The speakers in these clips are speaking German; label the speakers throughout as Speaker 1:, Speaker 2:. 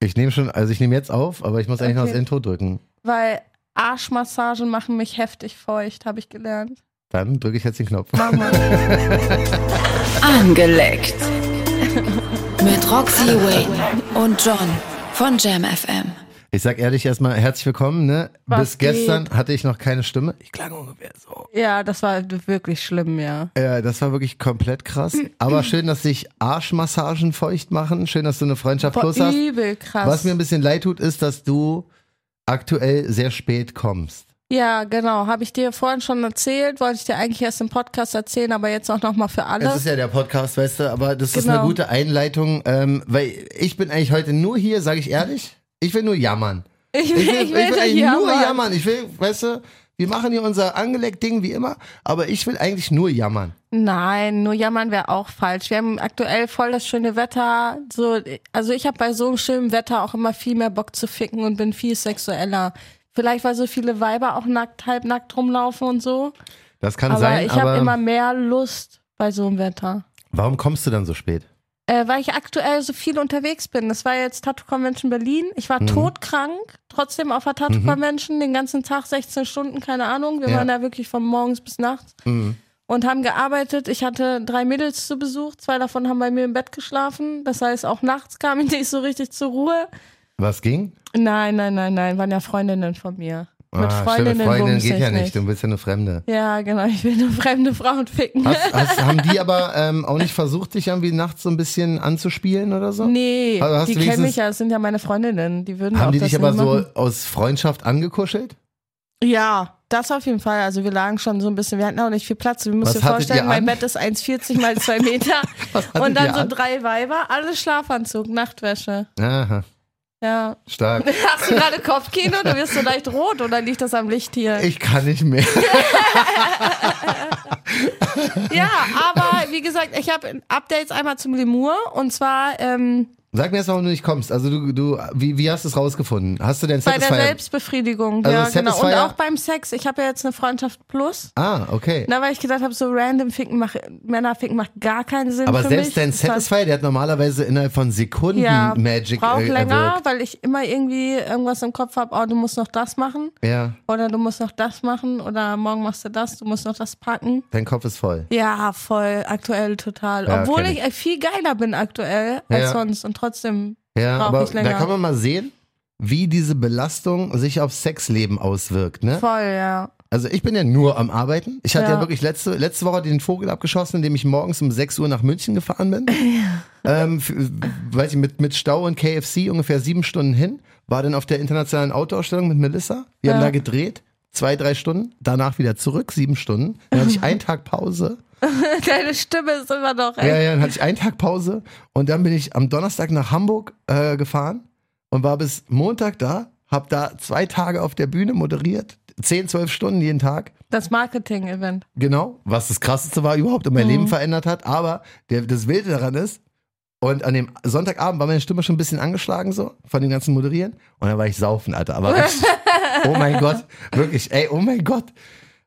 Speaker 1: Ich nehme schon, also ich nehme jetzt auf, aber ich muss eigentlich noch
Speaker 2: Okay.
Speaker 1: das Intro drücken.
Speaker 2: Weil Arschmassagen machen mich heftig feucht, habe ich gelernt.
Speaker 1: Dann drücke ich jetzt den Knopf.
Speaker 2: Mach mal.
Speaker 3: Angeleckt. Mit Roxy Wayne und John von Jam FM.
Speaker 1: Ich sag ehrlich erstmal herzlich willkommen, ne?
Speaker 2: Was
Speaker 1: Bis gestern hatte ich noch keine Stimme. Ich klang ungefähr so.
Speaker 2: ja, das war wirklich schlimm, ja.
Speaker 1: Ja, das war wirklich komplett krass. Aber schön, dass sich Arschmassagen feucht machen. Schön, dass du eine Freundschaft
Speaker 2: Boah,
Speaker 1: plus hast.
Speaker 2: übel krass.
Speaker 1: Was mir ein bisschen leid tut, ist, dass du aktuell sehr spät kommst.
Speaker 2: ja, genau. Habe ich dir vorhin schon erzählt, wollte ich dir eigentlich erst im Podcast erzählen, aber jetzt auch nochmal für alle.
Speaker 1: Es ist ja der Podcast, weißt du, aber das ist eine
Speaker 2: Genau.
Speaker 1: gute Einleitung, ähm, weil ich bin eigentlich heute nur hier, sage ich ehrlich, ich will nur jammern.
Speaker 2: ich will,
Speaker 1: Ich will, ich will,
Speaker 2: doch
Speaker 1: eigentlich nur
Speaker 2: jammern.
Speaker 1: jammern. Ich will, weißt du, wir machen hier unser angelegt Ding wie immer, aber ich will eigentlich nur jammern.
Speaker 2: Nein, nur jammern wäre auch falsch. Wir haben aktuell voll das schöne Wetter. So, also ich habe bei so einem schönen Wetter auch immer viel mehr Bock zu ficken und bin viel sexueller. Vielleicht weil so viele Weiber auch nackt, halbnackt rumlaufen und so.
Speaker 1: Das kann
Speaker 2: Aber
Speaker 1: sein,
Speaker 2: ich
Speaker 1: aber
Speaker 2: habe immer mehr Lust bei so einem Wetter.
Speaker 1: warum kommst du dann so spät?
Speaker 2: Äh, weil ich aktuell so viel unterwegs bin. Das war jetzt Tattoo Convention Berlin. Ich
Speaker 1: Mhm.
Speaker 2: war todkrank, trotzdem auf der Tattoo Convention den ganzen Tag, 16 Stunden, keine Ahnung. Wir
Speaker 1: Ja. Mhm.
Speaker 2: waren da wirklich von morgens bis nachts und haben gearbeitet. Ich hatte drei Mädels zu Besuch, zwei davon haben bei mir im Bett geschlafen. Das heißt, auch nachts kam ich nicht so richtig zur Ruhe.
Speaker 1: Was ging?
Speaker 2: Nein, nein, nein, nein, waren ja Freundinnen von mir. Mit
Speaker 1: Ah, stimmt,
Speaker 2: Freundinnen,
Speaker 1: Freundin
Speaker 2: bumse
Speaker 1: geht
Speaker 2: ich
Speaker 1: ja nicht. du bist ja eine Fremde.
Speaker 2: Ja, genau, ich will nur fremde Frauen ficken.
Speaker 1: Hast, hast, haben die aber ähm, auch nicht versucht, dich irgendwie nachts so ein bisschen anzuspielen oder so?
Speaker 2: Nee,
Speaker 1: Also hast
Speaker 2: die
Speaker 1: du
Speaker 2: kennen
Speaker 1: wenigstens-
Speaker 2: mich ja, das sind ja meine Freundinnen. Die würden auch
Speaker 1: Haben die
Speaker 2: das
Speaker 1: dich
Speaker 2: nicht
Speaker 1: aber so
Speaker 2: machen.
Speaker 1: aus Freundschaft angekuschelt?
Speaker 2: Ja, das auf jeden Fall. Also wir lagen schon so ein bisschen, wir hatten auch nicht viel Platz. Du
Speaker 1: Was
Speaker 2: musst dir
Speaker 1: hattet ihr
Speaker 2: vorstellen,
Speaker 1: an?
Speaker 2: mein Bett ist 1,40 mal 2 Meter
Speaker 1: Was hattet
Speaker 2: und dann
Speaker 1: ihr
Speaker 2: so
Speaker 1: an?
Speaker 2: drei Weiber, alles Schlafanzug, Nachtwäsche.
Speaker 1: Aha,
Speaker 2: Ja.
Speaker 1: stark.
Speaker 2: Hast du gerade Kopfkino? Du wirst so leicht rot oder liegt das am Licht hier?
Speaker 1: Ich kann nicht mehr.
Speaker 2: ja, aber wie gesagt, ich habe Updates einmal zum Lemur und zwar ähm,
Speaker 1: Sag mir erst mal, warum du nicht kommst. Also du, du, wie, wie hast du es rausgefunden? Hast du denn
Speaker 2: bei der
Speaker 1: Satisfyer-
Speaker 2: Selbstbefriedigung.
Speaker 1: Also
Speaker 2: ja, genau. Und
Speaker 1: Satisfier-
Speaker 2: auch beim Sex. Ich habe ja jetzt eine Freundschaft Plus.
Speaker 1: Ah, okay.
Speaker 2: Na, weil ich gedacht habe, so random ficken macht, Männer ficken macht gar keinen Sinn.
Speaker 1: Aber
Speaker 2: für mich.
Speaker 1: selbst dein
Speaker 2: Das war-
Speaker 1: Satisfy, der hat normalerweise innerhalb von Sekunden
Speaker 2: ja,
Speaker 1: Magic
Speaker 2: braucht
Speaker 1: äh,
Speaker 2: länger,
Speaker 1: erwirkt.
Speaker 2: weil ich immer irgendwie irgendwas im Kopf habe, oh, du musst noch das machen
Speaker 1: Ja,
Speaker 2: oder du musst noch das machen oder morgen machst du das, du musst noch das packen.
Speaker 1: dein Kopf ist voll.
Speaker 2: Ja, voll, aktuell total.
Speaker 1: Ja,
Speaker 2: Obwohl
Speaker 1: kenn
Speaker 2: ich
Speaker 1: ich.
Speaker 2: äh, viel geiler bin aktuell
Speaker 1: Ja.
Speaker 2: als sonst und trotzdem.
Speaker 1: Ja,
Speaker 2: Braucht
Speaker 1: aber
Speaker 2: nicht länger.
Speaker 1: da kann man mal sehen, wie diese Belastung sich aufs Sexleben auswirkt, ne?
Speaker 2: Voll, ja.
Speaker 1: Also ich bin ja nur am Arbeiten. Ich hatte ja,
Speaker 2: Ja.
Speaker 1: wirklich letzte, letzte Woche den Vogel abgeschossen, indem ich morgens um 6 Uhr nach München gefahren bin. ähm, f- weiß ich, mit, mit Stau und KFC ungefähr sieben Stunden hin. War dann auf der internationalen Autoausstellung mit Melissa. Wir haben
Speaker 2: Ja.
Speaker 1: da gedreht. Zwei, drei Stunden, danach wieder zurück, sieben Stunden. Dann hatte ich einen Tag Pause.
Speaker 2: Deine Stimme ist immer noch echt.
Speaker 1: Ja, ja, dann hatte ich einen Tag Pause. Und dann bin ich am Donnerstag nach Hamburg äh, gefahren und war bis Montag da. Hab da zwei Tage auf der Bühne moderiert. Zehn, zwölf Stunden jeden Tag.
Speaker 2: Das Marketing-Event.
Speaker 1: Genau, was das Krasseste war überhaupt und
Speaker 2: Mhm.
Speaker 1: mein Leben verändert hat. Aber der, das Wilde daran ist, und an dem Sonntagabend war meine Stimme schon ein bisschen angeschlagen, so, von dem ganzen Moderieren. Und dann war ich saufen, Alter. Aber richtig, oh mein Gott, wirklich, ey, oh mein Gott.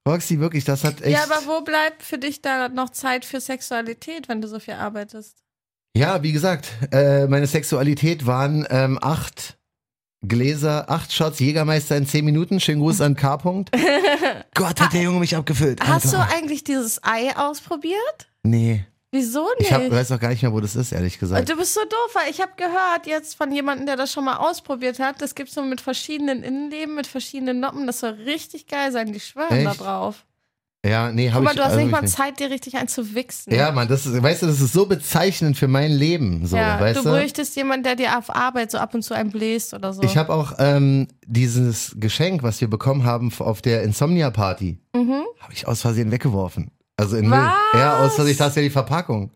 Speaker 1: Roxy, wirklich, das hat echt.
Speaker 2: Ja, aber wo bleibt für dich da noch Zeit für Sexualität, wenn du so viel arbeitest?
Speaker 1: Ja, wie gesagt, äh, meine Sexualität waren ähm, acht Gläser, acht Shots, Jägermeister in zehn Minuten. Schönen Gruß an K. -Punkt. Gott, hat der Junge mich abgefüllt.
Speaker 2: Hast du
Speaker 1: Alter.
Speaker 2: eigentlich dieses Ei ausprobiert?
Speaker 1: Nee,
Speaker 2: Wieso nicht?
Speaker 1: ich hab, weiß auch gar nicht mehr, wo das ist, ehrlich gesagt.
Speaker 2: Du bist so doof, weil ich habe gehört jetzt von jemandem, der das schon mal ausprobiert hat, das gibt's nur mit verschiedenen Innenleben, mit verschiedenen Noppen. Das soll richtig geil sein, die schwören da
Speaker 1: Echt?
Speaker 2: drauf.
Speaker 1: Ja, nee, habe
Speaker 2: Guck
Speaker 1: ich
Speaker 2: mal, du hast
Speaker 1: also
Speaker 2: nicht mal ne?
Speaker 1: wirklich
Speaker 2: Zeit, dir richtig einzuwichsen.
Speaker 1: Ja, Mann, das ist, weißt du, das ist so bezeichnend für mein Leben, so,
Speaker 2: Ja,
Speaker 1: weißt
Speaker 2: du
Speaker 1: du?
Speaker 2: bräuchtest jemanden, der dir auf Arbeit so ab und zu einen bläst oder so.
Speaker 1: Ich habe auch ähm, dieses Geschenk, was wir bekommen haben f- auf der Insomnia Party, habe ich aus Versehen weggeworfen. Also in Müll.
Speaker 2: Mhm. Was?
Speaker 1: Ja, aus Versehen, ich dachte ja die Verpackung.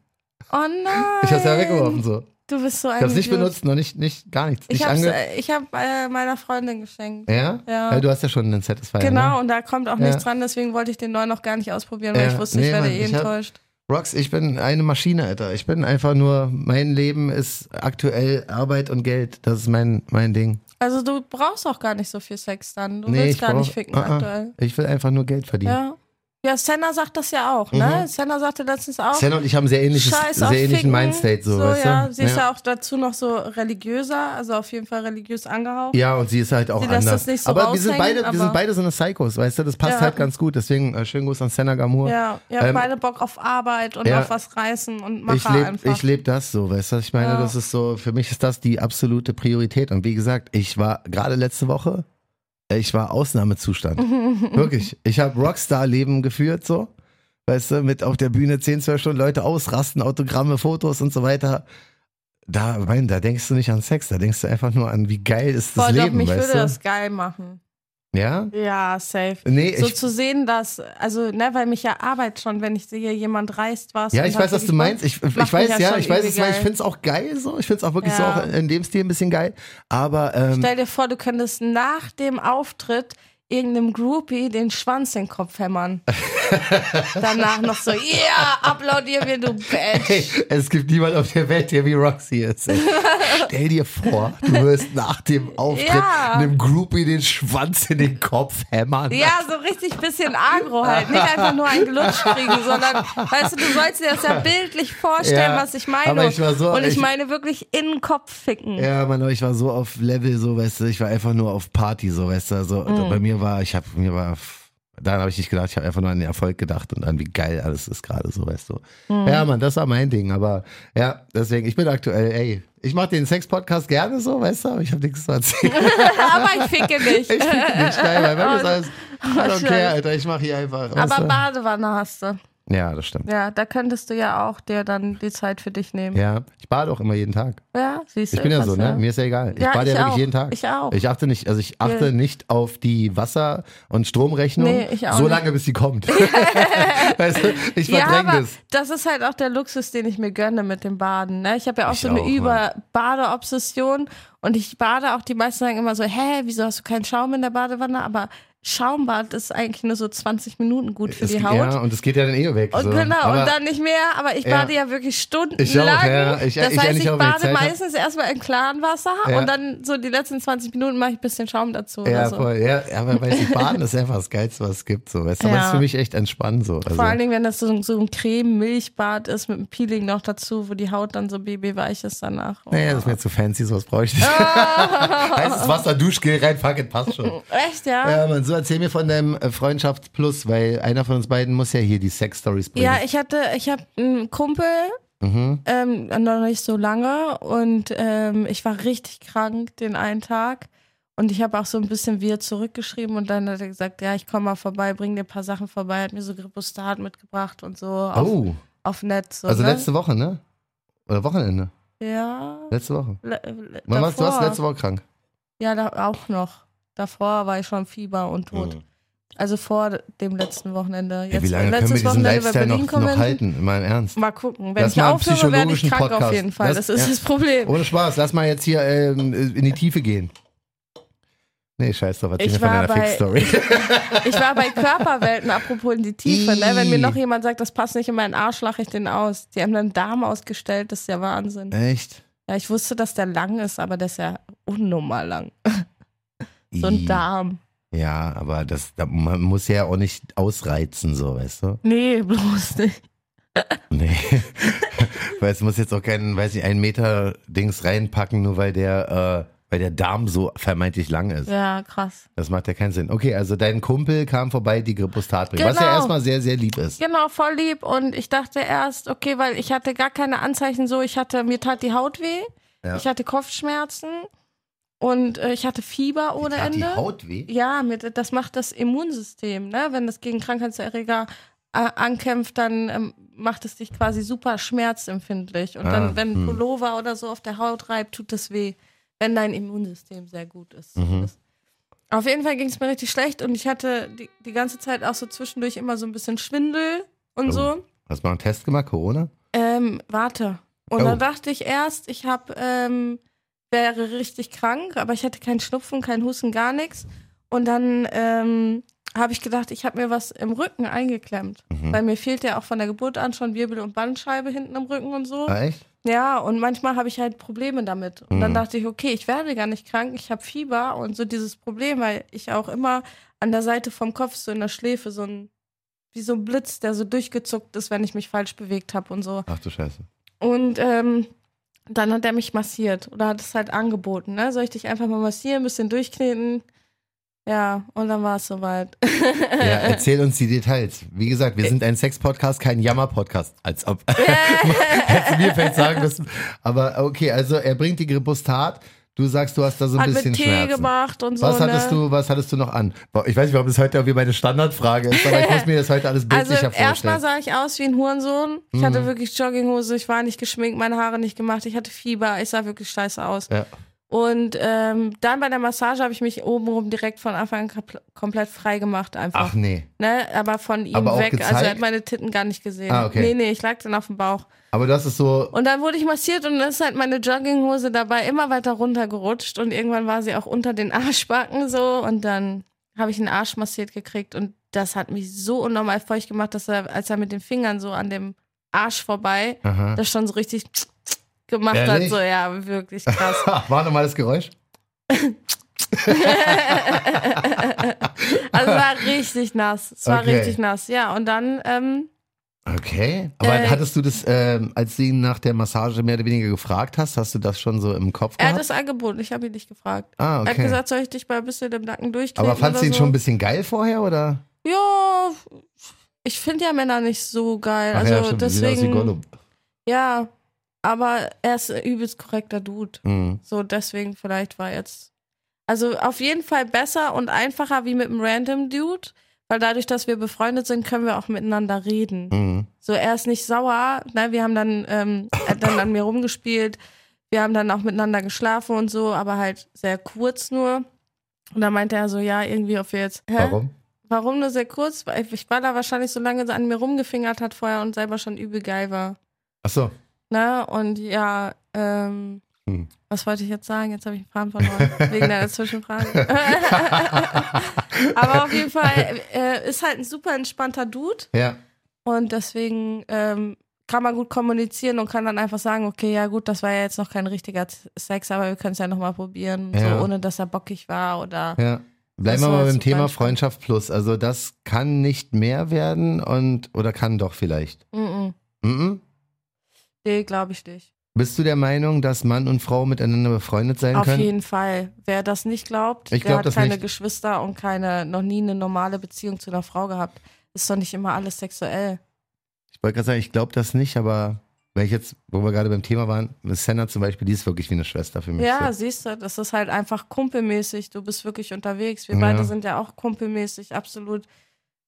Speaker 2: oh nein.
Speaker 1: Ich habe es ja weggeworfen so.
Speaker 2: Du bist so ein
Speaker 1: Ich habe es nicht
Speaker 2: Idiot.
Speaker 1: benutzt, noch nicht, nicht gar nichts.
Speaker 2: Ich
Speaker 1: nicht
Speaker 2: habe
Speaker 1: ange
Speaker 2: ich hab, äh, meiner Freundin geschenkt.
Speaker 1: ja?
Speaker 2: Ja.
Speaker 1: Weil Du hast ja schon einen Satisfier.
Speaker 2: Genau,
Speaker 1: Ne?
Speaker 2: und da kommt auch
Speaker 1: Ja.
Speaker 2: nichts dran, deswegen wollte ich den neuen noch gar nicht ausprobieren, weil
Speaker 1: Ja,
Speaker 2: ich wusste, ich
Speaker 1: nee,
Speaker 2: werde
Speaker 1: Mann,
Speaker 2: eh
Speaker 1: ich hab-
Speaker 2: enttäuscht.
Speaker 1: Rox, ich bin eine Maschine, Alter. Ich bin einfach nur, mein Leben ist aktuell Arbeit und Geld. Das ist mein, mein Ding.
Speaker 2: Also du brauchst auch gar nicht so viel Sex dann. Du
Speaker 1: nee,
Speaker 2: willst
Speaker 1: ich
Speaker 2: gar
Speaker 1: brauch-
Speaker 2: nicht ficken
Speaker 1: Ah, ah.
Speaker 2: aktuell.
Speaker 1: Ich will einfach nur Geld verdienen.
Speaker 2: Ja. Ja, Senna sagt das ja auch, ne? Senna sagte letztens auch.
Speaker 1: Mhm. Senna und ich haben sehr ähnliches,
Speaker 2: Scheiß
Speaker 1: sehr
Speaker 2: auf
Speaker 1: ähnlichen
Speaker 2: Ficken.
Speaker 1: Mindstate, so, weißt
Speaker 2: ja.
Speaker 1: du?
Speaker 2: Sie ist ja. auch dazu noch so religiöser, also auf jeden Fall religiös angehaucht.
Speaker 1: Ja, und sie ist halt auch
Speaker 2: Sie lässt
Speaker 1: anders.
Speaker 2: das nicht so
Speaker 1: aber wir sind
Speaker 2: raushängen,
Speaker 1: beide, wir
Speaker 2: aber-
Speaker 1: sind beide so eine Psychos, weißt du? Das passt
Speaker 2: Ja.
Speaker 1: halt ganz gut. Deswegen äh, schönen Gruß an Senna Gamur.
Speaker 2: Ja, ihr habt
Speaker 1: Ähm,
Speaker 2: beide Bock auf Arbeit und
Speaker 1: ja.
Speaker 2: auf was reißen und Macher
Speaker 1: ich lebe
Speaker 2: einfach.
Speaker 1: ich leb das so, weißt du? Ich meine,
Speaker 2: Ja.
Speaker 1: das ist so, für mich ist das die absolute Priorität. Und wie gesagt, ich war gerade letzte Woche, äh, ich war Ausnahmezustand. Wirklich. Ich habe Rockstar-Leben geführt, so. Weißt du, mit auf der Bühne 10, 12 Stunden Leute ausrasten, Autogramme, Fotos und so weiter. Da, mein, da denkst du nicht an Sex, da denkst du einfach nur an, wie geil ist das
Speaker 2: Voll, doch,
Speaker 1: Leben,
Speaker 2: mich
Speaker 1: weißt
Speaker 2: würde
Speaker 1: du?
Speaker 2: das geil machen.
Speaker 1: ja?
Speaker 2: Ja, safe.
Speaker 1: Nee,
Speaker 2: so
Speaker 1: ich,
Speaker 2: zu sehen, dass, also, ne, weil mich ja Arbeit schon, wenn ich sehe, jemand reißt was.
Speaker 1: Ja,
Speaker 2: und
Speaker 1: ich
Speaker 2: hat
Speaker 1: weiß, was
Speaker 2: wirklich
Speaker 1: du meinst.
Speaker 2: Bock.
Speaker 1: Ich, ich
Speaker 2: oh, Macht mich
Speaker 1: weiß,
Speaker 2: ja
Speaker 1: ja,
Speaker 2: schon
Speaker 1: ich weiß, es,
Speaker 2: übel
Speaker 1: weil ich
Speaker 2: geil.
Speaker 1: finde es auch geil so. Ich finde es auch wirklich
Speaker 2: Ja.
Speaker 1: so auch in dem Stil ein bisschen geil. Aber ähm,
Speaker 2: Stell dir vor, du könntest nach dem Auftritt irgendeinem Groupie den Schwanz in den Kopf hämmern. Danach noch so, ja, yeah, applaudier mir, du
Speaker 1: hey,
Speaker 2: Bitch.
Speaker 1: es gibt niemanden auf der Welt, der wie Roxy ist. Ey. Stell dir vor, du wirst nach dem Auftritt
Speaker 2: Ja.
Speaker 1: einem Groupie den Schwanz in den Kopf hämmern.
Speaker 2: Ja, so richtig bisschen agro halt. Nicht einfach nur ein Glutsch kriegen, sondern, weißt du, du sollst dir das ja bildlich vorstellen,
Speaker 1: Ja,
Speaker 2: was ich meine.
Speaker 1: aber ich war so-
Speaker 2: Und ich,
Speaker 1: ich-
Speaker 2: meine wirklich in den Kopf ficken.
Speaker 1: Ja, Mann, aber ich war so auf Level, so, weißt du, ich war einfach nur auf Party, so, weißt du, also
Speaker 2: Mhm.
Speaker 1: bei mir war, ich hab, mir war, daran habe ich nicht gedacht, ich habe einfach nur an den Erfolg gedacht und an wie geil alles ist gerade, so, weißt du.
Speaker 2: Mhm.
Speaker 1: Ja, Mann, das war mein Ding, aber ja, deswegen, ich bin aktuell, ey, ich mache den Sex-Podcast gerne so, weißt du, aber ich habe nichts zu erzählen.
Speaker 2: Aber ich ficke nicht.
Speaker 1: Ich finde nicht geil, weil wenn das alles, I don't care,
Speaker 2: scheiße.
Speaker 1: Alter, ich mache hier einfach. weißt
Speaker 2: Oh, Aber
Speaker 1: du?
Speaker 2: Badewanne hast du.
Speaker 1: ja, das stimmt.
Speaker 2: Ja, da könntest du ja auch dir dann die Zeit für dich nehmen. Ja,
Speaker 1: Ja, ich bade auch immer jeden Tag.
Speaker 2: siehst du.
Speaker 1: Ich bin ja so,
Speaker 2: kannst
Speaker 1: ne?
Speaker 2: du
Speaker 1: Mir ist ja egal. Ich
Speaker 2: Ja,
Speaker 1: bade
Speaker 2: ich
Speaker 1: ja wirklich
Speaker 2: auch.
Speaker 1: jeden Tag.
Speaker 2: Ich auch.
Speaker 1: Ich achte nicht, also ich achte nicht auf die Wasser- und Stromrechnung.
Speaker 2: Nee, ich auch
Speaker 1: so
Speaker 2: nicht.
Speaker 1: lange, bis sie kommt. weißt du, ich
Speaker 2: Ja,
Speaker 1: verdränge
Speaker 2: aber
Speaker 1: das.
Speaker 2: das ist halt auch der Luxus, den ich mir gönne mit dem Baden. Ne? Ich habe ja auch so eine
Speaker 1: auch,
Speaker 2: Über-Bade-Obsession und ich bade auch, die meisten sagen immer so, hä, wieso hast du keinen Schaum in der Badewanne? Aber Schaumbad ist eigentlich nur so 20 Minuten gut für
Speaker 1: Es-
Speaker 2: die Haut.
Speaker 1: Ja, und es geht ja dann eh weg.
Speaker 2: Und
Speaker 1: so.
Speaker 2: genau,
Speaker 1: aber,
Speaker 2: und dann nicht mehr, aber ich
Speaker 1: Ja.
Speaker 2: bade ja wirklich stundenlang.
Speaker 1: Ich auch, ja. Ich-
Speaker 2: das
Speaker 1: ich
Speaker 2: heißt,
Speaker 1: eigentlich
Speaker 2: ich
Speaker 1: auch, wenn ich
Speaker 2: bade
Speaker 1: Zeit hab.
Speaker 2: meistens erstmal in klarem Wasser
Speaker 1: Ja.
Speaker 2: und dann so die letzten 20 Minuten mache ich ein bisschen Schaum dazu
Speaker 1: Ja,
Speaker 2: oder so.
Speaker 1: voll. Ja, aber weil sie baden ist einfach das Geilste, was es gibt. So. Weißt du, aber
Speaker 2: Ja.
Speaker 1: es ist für mich echt entspannen so. Also,
Speaker 2: Vor allen Dingen, wenn das so, ein- so ein Creme-Milchbad ist mit einem Peeling noch dazu, wo die Haut dann so babyweich ist danach. Oh.
Speaker 1: nee, das ist mir zu fancy, sowas brauche ich nicht.
Speaker 2: Ah.
Speaker 1: Heißes Wasser, Duschgel rein, fuck it, passt schon.
Speaker 2: Echt, ja?
Speaker 1: Ja, Mann, so erzähl mir von deinem äh, Freundschaft Plus, weil einer von uns beiden muss ja hier die Sex-Stories bringen.
Speaker 2: Ja, ich hatte, ich habe einen Kumpel,
Speaker 1: Mhm.
Speaker 2: ähm, noch nicht so lange und ähm, ich war richtig krank den einen Tag und ich habe auch so ein bisschen wir zurückgeschrieben und dann hat er gesagt, ja, ich komme mal vorbei, bring dir ein paar Sachen vorbei, hat mir so Gripostat mitgebracht und so auf,
Speaker 1: oh,
Speaker 2: auf Netz. So,
Speaker 1: also
Speaker 2: ne?
Speaker 1: letzte Woche, ne? Oder Wochenende.
Speaker 2: Ja.
Speaker 1: Letzte Woche.
Speaker 2: le- le-
Speaker 1: Man, warst, du warst
Speaker 2: davor.
Speaker 1: letzte Woche krank.
Speaker 2: Ja, da, auch noch. Davor war ich schon Fieber und
Speaker 1: Mhm.
Speaker 2: tot. Also vor dem letzten Wochenende. Jetzt, letztes Wochenende über Berlin Convention.
Speaker 1: In meinem Ernst.
Speaker 2: Mal gucken. Wenn
Speaker 1: Lass
Speaker 2: ich
Speaker 1: mal einen
Speaker 2: aufhöre, werde ich
Speaker 1: psychologischen
Speaker 2: krank auf
Speaker 1: Podcast.
Speaker 2: jeden Fall.
Speaker 1: Lass-
Speaker 2: Das, ist
Speaker 1: ja. Oh.
Speaker 2: das Problem.
Speaker 1: Ohne Spaß, lass mal jetzt hier ähm, in die Tiefe gehen. Nee, scheiß drauf, erzähl
Speaker 2: Ich
Speaker 1: mir von
Speaker 2: war
Speaker 1: deiner Fix-Story.
Speaker 2: Ich war bei Körperwelten, apropos in die Tiefe. Ne? Wenn mir
Speaker 1: Ih.
Speaker 2: noch jemand sagt, das passt nicht in meinen Arsch, lache ich den aus. Die haben dann Darm ausgestellt, das ist ja Wahnsinn.
Speaker 1: Echt?
Speaker 2: Ja, ich wusste, dass der lang ist, aber der ist ja unnormal lang. So ein
Speaker 1: Ih.
Speaker 2: Darm.
Speaker 1: Ja, aber das, da, man muss ja auch nicht ausreizen, so, weißt du?
Speaker 2: Nee, bloß nicht.
Speaker 1: Nee. weil es muss jetzt auch keinen, weiß ich, einen Meter Dings reinpacken, nur weil der, äh, weil der Darm so vermeintlich lang ist.
Speaker 2: Ja, krass.
Speaker 1: Das macht ja keinen Sinn. Okay, also dein Kumpel kam vorbei, die Gripostat bringt, was ja
Speaker 2: Genau.
Speaker 1: erstmal sehr, sehr lieb ist.
Speaker 2: Genau, voll lieb. Und ich dachte erst, okay, weil ich hatte gar keine Anzeichen so. Ich hatte, mir tat die Haut weh.
Speaker 1: Ja.
Speaker 2: Ich hatte Kopfschmerzen. Und äh, ich hatte Fieber ohne
Speaker 1: Tat
Speaker 2: Ende.
Speaker 1: die Haut weh?
Speaker 2: Ja, mit, das macht das Immunsystem. Ne? Wenn das gegen Krankheitserreger äh, ankämpft, dann ähm, macht es dich quasi super schmerzempfindlich. Und
Speaker 1: Ah,
Speaker 2: dann, wenn
Speaker 1: hm.
Speaker 2: ein Pullover oder so auf der Haut reibt, tut das weh, wenn dein Immunsystem sehr gut ist.
Speaker 1: Mhm.
Speaker 2: Das- Auf jeden Fall ging es mir richtig schlecht und ich hatte die, die ganze Zeit auch so zwischendurch immer so ein bisschen Schwindel und
Speaker 1: Oh.
Speaker 2: so.
Speaker 1: Hast du mal einen Test gemacht, Corona?
Speaker 2: Ähm, warte. Und
Speaker 1: Oh.
Speaker 2: dann dachte ich erst, ich hab, ähm, wäre richtig krank, aber ich hatte keinen Schnupfen, keinen Husten, gar nichts. Und dann ähm, habe ich gedacht, ich habe mir was im Rücken eingeklemmt.
Speaker 1: Mhm.
Speaker 2: Weil mir fehlt ja auch von der Geburt an schon Wirbel und Bandscheibe hinten im Rücken und so.
Speaker 1: Ah, echt?
Speaker 2: Ja, und manchmal habe ich halt Probleme damit. Und
Speaker 1: Mhm.
Speaker 2: dann dachte ich, okay, ich werde gar nicht krank, ich habe Fieber und so dieses Problem, weil ich auch immer an der Seite vom Kopf, so in der Schläfe, so ein wie so ein Blitz, der so durchgezuckt ist, wenn ich mich falsch bewegt habe und so.
Speaker 1: Ach du Scheiße.
Speaker 2: Und ähm, dann hat er mich massiert oder hat es halt angeboten, ne? Soll ich dich einfach mal massieren, ein bisschen durchkneten? Ja, und dann war es soweit.
Speaker 1: Ja, erzähl uns die Details. Wie gesagt, wir sind ein Sex-Podcast, kein Jammer-Podcast. Als ob. Hättest du mir vielleicht sagen müssen. Aber okay, also er bringt die Gebustat. Du sagst, du hast da so ein
Speaker 2: hat
Speaker 1: bisschen
Speaker 2: mit Tee
Speaker 1: Schmerzen.
Speaker 2: gemacht und so.
Speaker 1: Was hattest
Speaker 2: ne?
Speaker 1: du, was hattest du noch an? Boah, Ich weiß nicht, ob es heute irgendwie meine Standardfrage ist, aber ich muss mir das heute alles
Speaker 2: Also
Speaker 1: bildlicher
Speaker 2: erstmal
Speaker 1: vorstellen.
Speaker 2: sah ich aus wie ein Hurensohn. Ich
Speaker 1: Mhm.
Speaker 2: hatte wirklich Jogginghose, ich war nicht geschminkt, meine Haare nicht gemacht, ich hatte Fieber, ich sah wirklich scheiße aus.
Speaker 1: Ja.
Speaker 2: Und ähm, dann bei der Massage habe ich mich obenrum direkt von Anfang an kapl- komplett frei gemacht einfach.
Speaker 1: Ach nee.
Speaker 2: Ne? Aber von ihm
Speaker 1: Aber auch
Speaker 2: weg. Also er hat
Speaker 1: gezeigt?
Speaker 2: meine Titten gar nicht gesehen.
Speaker 1: Ah, okay.
Speaker 2: Nee, nee, ich lag dann auf dem Bauch.
Speaker 1: Aber das ist so,
Speaker 2: Und dann wurde ich massiert und dann ist halt meine Jogginghose dabei immer weiter runtergerutscht und irgendwann war sie auch unter den Arschbacken so und dann habe ich einen Arsch massiert gekriegt und das hat mich so unnormal feucht gemacht, dass er, als er mit den Fingern so an dem Arsch vorbei,
Speaker 1: aha.
Speaker 2: das schon so richtig gemacht
Speaker 1: Ehrlich?
Speaker 2: hat. So, ja, wirklich krass.
Speaker 1: Ha, war nochmal das Geräusch?
Speaker 2: Also es war richtig nass. Es war
Speaker 1: Okay.
Speaker 2: richtig nass, ja. Und dann, ähm,
Speaker 1: Okay. Aber
Speaker 2: Äh,
Speaker 1: hattest du das, ähm, als du ihn nach der Massage mehr oder weniger gefragt hast, hast du das schon so im Kopf
Speaker 2: er hat
Speaker 1: gehabt?
Speaker 2: es angeboten, ich habe ihn nicht gefragt.
Speaker 1: ah,
Speaker 2: Er hat
Speaker 1: okay.
Speaker 2: gesagt, soll ich dich mal ein bisschen im Nacken durchkneten
Speaker 1: aber fandst
Speaker 2: oder
Speaker 1: du ihn
Speaker 2: so?
Speaker 1: schon ein bisschen geil vorher oder?
Speaker 2: Ja, ich finde ja Männer nicht so geil.
Speaker 1: Ach
Speaker 2: also
Speaker 1: ja, stimmt, die sehen aus wie
Speaker 2: deswegen.
Speaker 1: Gollum.
Speaker 2: Ja, aber er ist ein übelst korrekter Dude.
Speaker 1: Mhm.
Speaker 2: So, deswegen vielleicht war jetzt. Also auf jeden Fall besser und einfacher wie mit einem random Dude, weil dadurch, dass wir befreundet sind, können wir auch miteinander reden.
Speaker 1: Mhm.
Speaker 2: So, er ist nicht sauer. Ne? Wir haben dann, ähm, er hat dann an mir rumgespielt. Wir haben dann auch miteinander geschlafen und so, aber halt sehr kurz nur. Und dann meinte er so, ja, irgendwie, ob wir jetzt. Hä?
Speaker 1: Warum?
Speaker 2: Warum nur sehr kurz? Weil Ich war da wahrscheinlich so lange an mir rumgefingert hat vorher und selber schon übel geil war.
Speaker 1: Ach so.
Speaker 2: Ne? Und ja, ähm,
Speaker 1: Hm.
Speaker 2: was wollte ich jetzt sagen? Jetzt habe ich den Faden verloren. Wegen deiner Zwischenfrage. Aber auf jeden Fall äh, ist halt ein super entspannter Dude
Speaker 1: Ja.
Speaker 2: und deswegen ähm, kann man gut kommunizieren und kann dann einfach sagen, okay, ja gut, das war ja jetzt noch kein richtiger Sex, aber wir können es ja nochmal probieren,
Speaker 1: Ja.
Speaker 2: so ohne dass er bockig war oder
Speaker 1: Ja. Bleiben wir
Speaker 2: Das war
Speaker 1: mal beim
Speaker 2: super
Speaker 1: Thema
Speaker 2: entspannt.
Speaker 1: Freundschaft plus. Also das kann nicht mehr werden und oder kann doch vielleicht.
Speaker 2: mm -mm,
Speaker 1: Mhm.
Speaker 2: nee, glaube ich nicht.
Speaker 1: Bist du der Meinung, dass Mann und Frau miteinander befreundet sein
Speaker 2: Auf
Speaker 1: können?
Speaker 2: jeden Fall. Wer das nicht glaubt,
Speaker 1: Ich glaub
Speaker 2: der hat
Speaker 1: das
Speaker 2: keine
Speaker 1: nicht.
Speaker 2: Geschwister und keine, noch nie eine normale Beziehung zu einer Frau gehabt. Ist doch nicht immer alles sexuell.
Speaker 1: Ich wollte gerade sagen, ich glaube das nicht, aber wenn ich jetzt, wo wir gerade beim Thema waren, Miss Senna zum Beispiel, die ist wirklich wie eine Schwester für mich.
Speaker 2: Ja,
Speaker 1: so.
Speaker 2: siehst du, das ist halt einfach kumpelmäßig. Du bist wirklich unterwegs. Wir
Speaker 1: Ja.
Speaker 2: beide sind ja auch kumpelmäßig absolut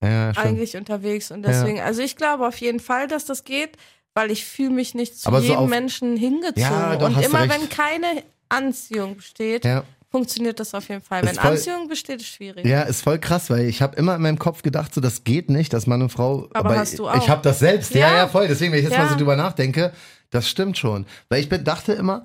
Speaker 1: ja stimmt.
Speaker 2: eigentlich unterwegs. Und deswegen, also ich glaube auf jeden Fall, dass das geht, weil ich fühle mich nicht zu
Speaker 1: Aber so
Speaker 2: jedem
Speaker 1: auf-
Speaker 2: Menschen hingezogen.
Speaker 1: Ja, doch,
Speaker 2: und
Speaker 1: hast du
Speaker 2: immer
Speaker 1: recht.
Speaker 2: wenn keine Anziehung besteht,
Speaker 1: Ja.
Speaker 2: funktioniert das auf jeden Fall.
Speaker 1: Ist
Speaker 2: Wenn
Speaker 1: voll-
Speaker 2: Anziehung besteht, ist schwierig.
Speaker 1: ja, ist voll krass, weil ich habe immer in meinem Kopf gedacht, so das geht nicht, dass Mann und Frau.
Speaker 2: Aber hast du auch.
Speaker 1: Ich habe das selbst. Ja, ja,
Speaker 2: Ja.
Speaker 1: voll. Deswegen, wenn ich jetzt mal
Speaker 2: Ja.
Speaker 1: so drüber nachdenke, das stimmt schon. Weil ich bin- dachte immer,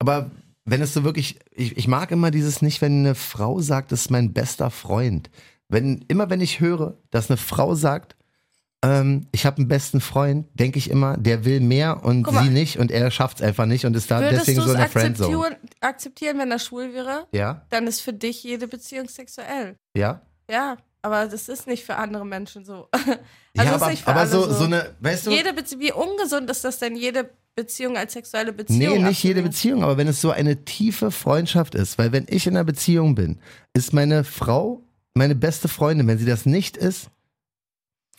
Speaker 1: aber wenn es so wirklich, ich, ich mag immer dieses nicht, wenn eine Frau sagt, das ist mein bester Freund. Wenn, immer wenn ich höre, dass eine Frau sagt, ähm, ich habe einen besten Freund, denke ich immer, der will mehr und
Speaker 2: Guck
Speaker 1: sie
Speaker 2: mal.
Speaker 1: nicht und er schafft es einfach nicht und ist da
Speaker 2: Würdest
Speaker 1: deswegen
Speaker 2: du
Speaker 1: so
Speaker 2: es
Speaker 1: in der Friendzone.
Speaker 2: akzeptieren, akzeptieren, wenn er schwul wäre?
Speaker 1: Ja,
Speaker 2: Dann ist für dich jede Beziehung sexuell.
Speaker 1: ja.
Speaker 2: Ja, aber das ist nicht für andere Menschen so.
Speaker 1: Ja,
Speaker 2: Also ist
Speaker 1: aber,
Speaker 2: nicht für
Speaker 1: aber
Speaker 2: alle
Speaker 1: so,
Speaker 2: so.
Speaker 1: so eine, weißt du,
Speaker 2: Jede Beziehung, wie ungesund ist das denn, jede Beziehung als sexuelle Beziehung?
Speaker 1: Nee, nicht jede
Speaker 2: abzulehnen?
Speaker 1: Beziehung, aber wenn es so eine tiefe Freundschaft ist, weil wenn ich in einer Beziehung bin, ist meine Frau meine beste Freundin, wenn sie das nicht ist.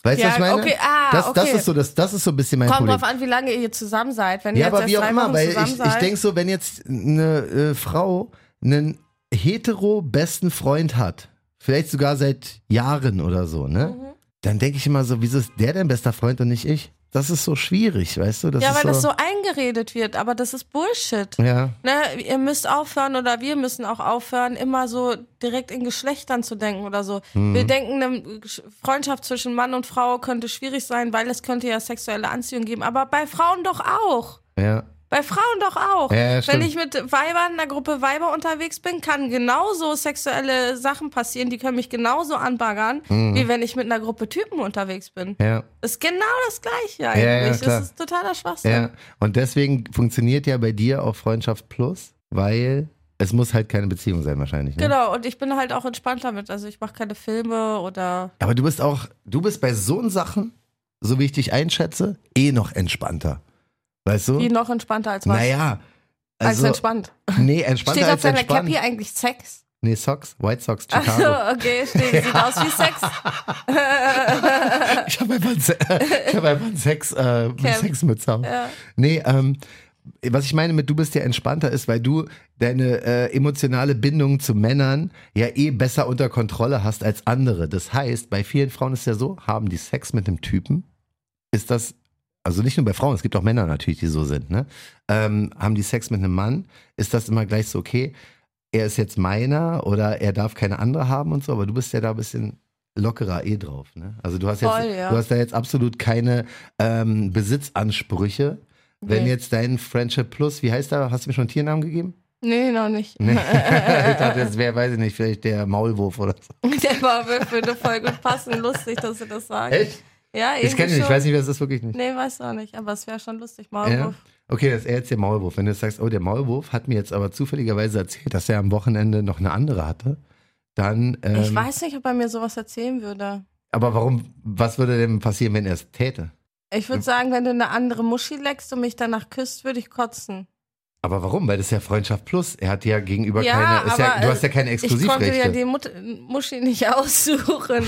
Speaker 1: Weißt du,
Speaker 2: Ja,
Speaker 1: was ich meine?
Speaker 2: okay, ah,
Speaker 1: das, das
Speaker 2: okay.
Speaker 1: ist so, das, das ist so ein bisschen mein
Speaker 2: Kommt
Speaker 1: Problem.
Speaker 2: drauf an, wie lange ihr zusammen seid. Wenn
Speaker 1: ja,
Speaker 2: ihr jetzt
Speaker 1: aber wie
Speaker 2: erst
Speaker 1: auch
Speaker 2: drei
Speaker 1: immer,
Speaker 2: Wochen
Speaker 1: weil
Speaker 2: zusammen
Speaker 1: ich, ich
Speaker 2: seid,
Speaker 1: denke so, wenn jetzt eine äh, Frau einen hetero besten Freund hat, vielleicht sogar seit Jahren oder so, ne?
Speaker 2: Mhm.
Speaker 1: Dann denke ich immer so, wieso ist der dein bester Freund und nicht ich? Das ist so schwierig, weißt du? Das
Speaker 2: ja,
Speaker 1: ist
Speaker 2: weil
Speaker 1: so,
Speaker 2: das so eingeredet wird, aber das ist Bullshit.
Speaker 1: Ja,
Speaker 2: Ne, ihr müsst aufhören oder wir müssen auch aufhören, immer so direkt in Geschlechtern zu denken oder so.
Speaker 1: Mhm.
Speaker 2: Wir denken, eine Gesch- Freundschaft zwischen Mann und Frau könnte schwierig sein, weil es könnte ja sexuelle Anziehung geben. Aber bei Frauen doch auch.
Speaker 1: ja.
Speaker 2: Bei Frauen doch auch.
Speaker 1: Ja, ja,
Speaker 2: Wenn
Speaker 1: stimmt.
Speaker 2: ich mit Weibern, einer Gruppe Weiber unterwegs bin, kann genauso sexuelle Sachen passieren, die können mich genauso anbaggern,
Speaker 1: Mhm.
Speaker 2: wie wenn ich mit einer Gruppe Typen unterwegs bin.
Speaker 1: Ja.
Speaker 2: Ist genau das Gleiche
Speaker 1: ja,
Speaker 2: eigentlich.
Speaker 1: klar.
Speaker 2: das ist totaler Schwachsinn.
Speaker 1: Ja, und deswegen funktioniert ja bei dir auch Freundschaft Plus, weil es muss halt keine Beziehung sein wahrscheinlich. Ne?
Speaker 2: Genau, und ich bin halt auch entspannt damit. Also ich mache keine Filme oder.
Speaker 1: Aber du bist auch, du bist bei so'n Sachen, so wie ich dich einschätze, eh noch entspannter. Weißt du?
Speaker 2: Wie noch entspannter als was?
Speaker 1: Hm? Naja.
Speaker 2: als
Speaker 1: Also,
Speaker 2: entspannt.
Speaker 1: nee, entspannter
Speaker 2: Steht auf
Speaker 1: als
Speaker 2: deiner
Speaker 1: entspannt.
Speaker 2: Cappy eigentlich Sex?
Speaker 1: Nee, Socks, White Socks, Chicago.
Speaker 2: Achso, okay, steht, sieht aus wie Sex.
Speaker 1: Ich habe einfach, ein Se- ich hab einfach einen Sex, äh, Sex mit Sam.
Speaker 2: Ja.
Speaker 1: Nee, ähm, was ich meine mit du bist ja entspannter ist, weil du deine äh, emotionale Bindung zu Männern ja eh besser unter Kontrolle hast als andere. Das heißt, bei vielen Frauen ist ja so, haben die Sex mit einem Typen, ist das, also nicht nur bei Frauen, es gibt auch Männer natürlich, die so sind, ne? Ähm, haben die Sex mit einem Mann, ist das immer gleich so, okay, er ist jetzt meiner oder er darf keine andere haben und so, aber du bist ja da ein bisschen lockerer eh drauf, ne? Also du hast jetzt,
Speaker 2: Voll, ja.
Speaker 1: du hast da jetzt absolut keine ähm, Besitzansprüche. Wenn
Speaker 2: Nee.
Speaker 1: jetzt dein Friendship Plus, wie heißt der, hast du mir schon einen Tiernamen gegeben?
Speaker 2: Nee, noch nicht.
Speaker 1: Nee. ich dachte, das wäre, weiß ich nicht, vielleicht der Maulwurf oder so.
Speaker 2: Der war wirklich eine voll gut passen. Lustig, dass du das sagst.
Speaker 1: Echt?
Speaker 2: Ja, irgendwie
Speaker 1: Ich kenne ihn nicht, ich
Speaker 2: schon.
Speaker 1: weiß nicht, wer es ist, wirklich nicht.
Speaker 2: Nee, weiß auch nicht, aber es wäre schon lustig. Mal
Speaker 1: Ja? Okay, das ist er jetzt der Maulwurf. Wenn du jetzt sagst, oh, der Maulwurf hat mir jetzt aber zufälligerweise erzählt, dass er am Wochenende noch eine andere hatte, dann. Ähm,
Speaker 2: Ich weiß nicht, ob er mir sowas erzählen würde.
Speaker 1: Aber warum, was würde denn passieren, wenn er es täte?
Speaker 2: Ich würde sagen, wenn du eine andere Muschi leckst und mich danach küsst, würde ich kotzen.
Speaker 1: Aber warum? Weil das ist ja Freundschaft plus. Er hat ja gegenüber
Speaker 2: Ja,
Speaker 1: keine. Ist ja,
Speaker 2: aber, äh,
Speaker 1: du hast ja keine
Speaker 2: Ich konnte ja
Speaker 1: Exklusivrechte.
Speaker 2: die Mut Muschi nicht aussuchen.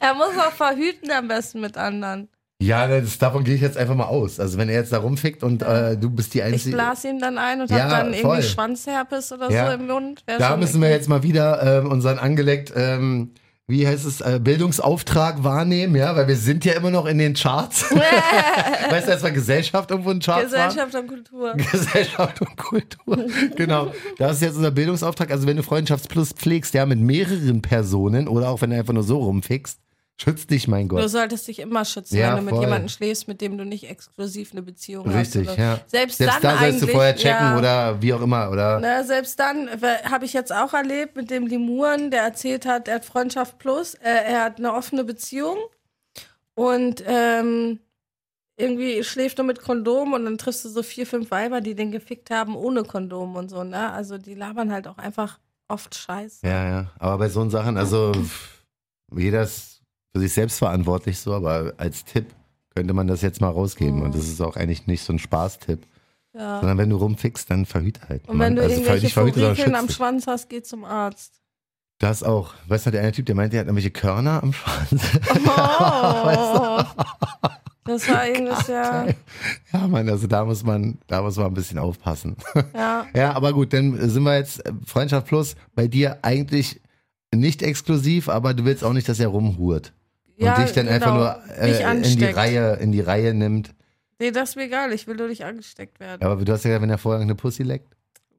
Speaker 2: er muss auch verhüten am besten mit anderen.
Speaker 1: Ja, das, davon gehe ich jetzt einfach mal aus. Also, wenn er jetzt da rumfickt und äh, du bist die
Speaker 2: Ich
Speaker 1: Einzige.
Speaker 2: blase ihm dann ein und
Speaker 1: Ja,
Speaker 2: hab dann irgendwie
Speaker 1: voll.
Speaker 2: Schwanzherpes oder
Speaker 1: Ja.
Speaker 2: so im Mund. Wär
Speaker 1: Da
Speaker 2: Äh, schon ne?
Speaker 1: müssen wir
Speaker 2: eklig.
Speaker 1: jetzt mal wieder ähm, unseren angeleckt, ähm, wie heißt es, äh, Bildungsauftrag wahrnehmen, ja, weil wir sind ja immer noch in den Charts. weißt du, als wir Gesellschaft irgendwo in Charts war?
Speaker 2: Gesellschaft und Kultur.
Speaker 1: Gesellschaft und Kultur. Genau. Das ist jetzt unser Bildungsauftrag. Also wenn du Freundschaftsplus pflegst, ja, mit mehreren Personen oder auch wenn du einfach nur so rumfickst, schütz dich, mein
Speaker 2: Du
Speaker 1: Gott.
Speaker 2: solltest dich immer schützen,
Speaker 1: Ja,
Speaker 2: wenn du mit
Speaker 1: voll.
Speaker 2: jemandem schläfst, mit dem du nicht exklusiv eine Beziehung
Speaker 1: Richtig,
Speaker 2: hast. oder-
Speaker 1: ja.
Speaker 2: Selbst,
Speaker 1: Selbst
Speaker 2: dann
Speaker 1: da sollst du
Speaker 2: eigentlich,
Speaker 1: vorher checken
Speaker 2: ja,
Speaker 1: oder wie auch immer, oder?
Speaker 2: Na, Ne, selbst dann habe ich jetzt auch erlebt mit dem Limuren, der erzählt hat, er hat Freundschaft plus, äh, er hat eine offene Beziehung und ähm, irgendwie schläft er mit Kondom und dann triffst du so vier, fünf Weiber, die den gefickt haben ohne Kondom und so. Ne? Also die labern halt auch einfach oft Scheiß.
Speaker 1: Ja, ja. Aber bei so Sachen, also pff, jeder ist für sich selbst verantwortlich so, aber als Tipp könnte man das jetzt mal rausgeben. Und das ist auch eigentlich nicht so ein Spaßtipp.
Speaker 2: Mhm. Ja.
Speaker 1: Sondern wenn du rumfickst, dann verhüt halt.
Speaker 2: Und
Speaker 1: Mann.
Speaker 2: wenn du
Speaker 1: also
Speaker 2: irgendwelche
Speaker 1: nicht verhüte, sondern
Speaker 2: Furikeln
Speaker 1: schützt
Speaker 2: am
Speaker 1: dich.
Speaker 2: Schwanz hast, geh zum Arzt.
Speaker 1: Das auch. Weißt du, der eine Typ, der meinte, er hat irgendwelche Körner am Schwanz.
Speaker 2: Oh, das war irgendwas, ja.
Speaker 1: ja, Mann, also da muss man, da muss man ein bisschen aufpassen.
Speaker 2: ja.
Speaker 1: Ja, aber gut, dann sind wir jetzt äh, Freundschaft Plus bei dir eigentlich nicht exklusiv, aber du willst auch nicht, dass er rumhurt und
Speaker 2: Ja,
Speaker 1: dich dann einfach
Speaker 2: genau.
Speaker 1: nur
Speaker 2: Mich
Speaker 1: äh, in die
Speaker 2: ansteckt.
Speaker 1: Reihe in die Reihe nimmt.
Speaker 2: Nee, das ist mir egal, ich will nur nicht angesteckt werden.
Speaker 1: Aber du hast ja gesagt, wenn er vorher eine Pussy leckt.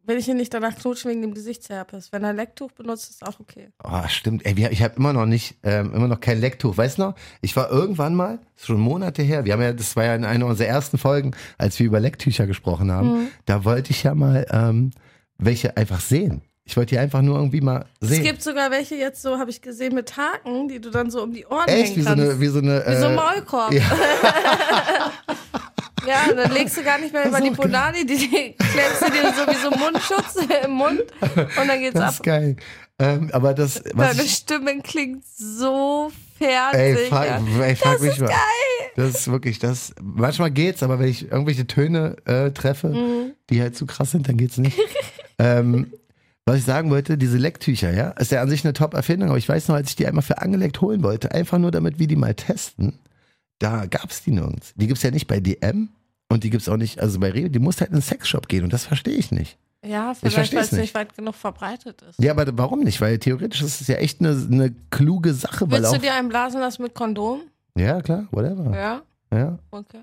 Speaker 2: Will ich ihn nicht danach knutschen wegen dem Gesichtsherpes. Wenn er Lecktuch benutzt, ist auch okay.
Speaker 1: Ah, stimmt. Ey, wir, ich habe immer noch nicht, ähm, immer noch kein Lecktuch. Weißt du noch? Ich war irgendwann mal, ist schon Monate her, wir haben ja, das war ja in einer unserer ersten Folgen, als wir über Lecktücher gesprochen
Speaker 2: Mhm.
Speaker 1: haben, da wollte ich ja mal ähm, welche einfach sehen. Ich wollte die einfach nur irgendwie mal sehen.
Speaker 2: Es gibt sogar welche jetzt so, habe ich gesehen, mit Haken, die du dann so um die Ohren
Speaker 1: Echt?
Speaker 2: hängen
Speaker 1: Wie so
Speaker 2: kannst.
Speaker 1: eine, wie so eine.
Speaker 2: Wie so ein
Speaker 1: äh,
Speaker 2: Maulkorb.
Speaker 1: ja.
Speaker 2: Ja. und dann legst du gar nicht mehr über die Bonani, die, die klemmst du dir so wie so Mundschutz im Mund und dann geht's
Speaker 1: Das
Speaker 2: ab.
Speaker 1: ist geil. Ähm, aber das, was
Speaker 2: Deine
Speaker 1: ich,
Speaker 2: Stimme klingt so fertig.
Speaker 1: ey, frag,
Speaker 2: ja.
Speaker 1: ey, frag
Speaker 2: Das
Speaker 1: mich
Speaker 2: ist
Speaker 1: mal.
Speaker 2: geil.
Speaker 1: Das ist wirklich, das, manchmal geht's, aber wenn ich irgendwelche Töne äh, treffe,
Speaker 2: Mhm.
Speaker 1: die halt zu krass sind, dann geht's nicht. ähm, was ich sagen wollte, diese Lecktücher, ja, ist ja an sich eine Top-Erfindung, aber ich weiß noch, als ich die einmal für angeleckt holen wollte, einfach nur damit wir die mal testen, da gab's die nirgends. Die gibt's ja nicht bei DM und die gibt's auch nicht, also bei Rewe, die musst halt in den Sexshop gehen und das verstehe ich nicht.
Speaker 2: Ja,
Speaker 1: versteh's
Speaker 2: vielleicht, weil es
Speaker 1: nicht.
Speaker 2: nicht weit genug verbreitet ist.
Speaker 1: Ja, aber warum nicht? Weil theoretisch ist es ja echt eine, eine kluge Sache. Weil
Speaker 2: Willst
Speaker 1: auch,
Speaker 2: du dir einen blasen lassen mit Kondom?
Speaker 1: ja, klar, whatever.
Speaker 2: Ja,
Speaker 1: Ja.
Speaker 2: okay.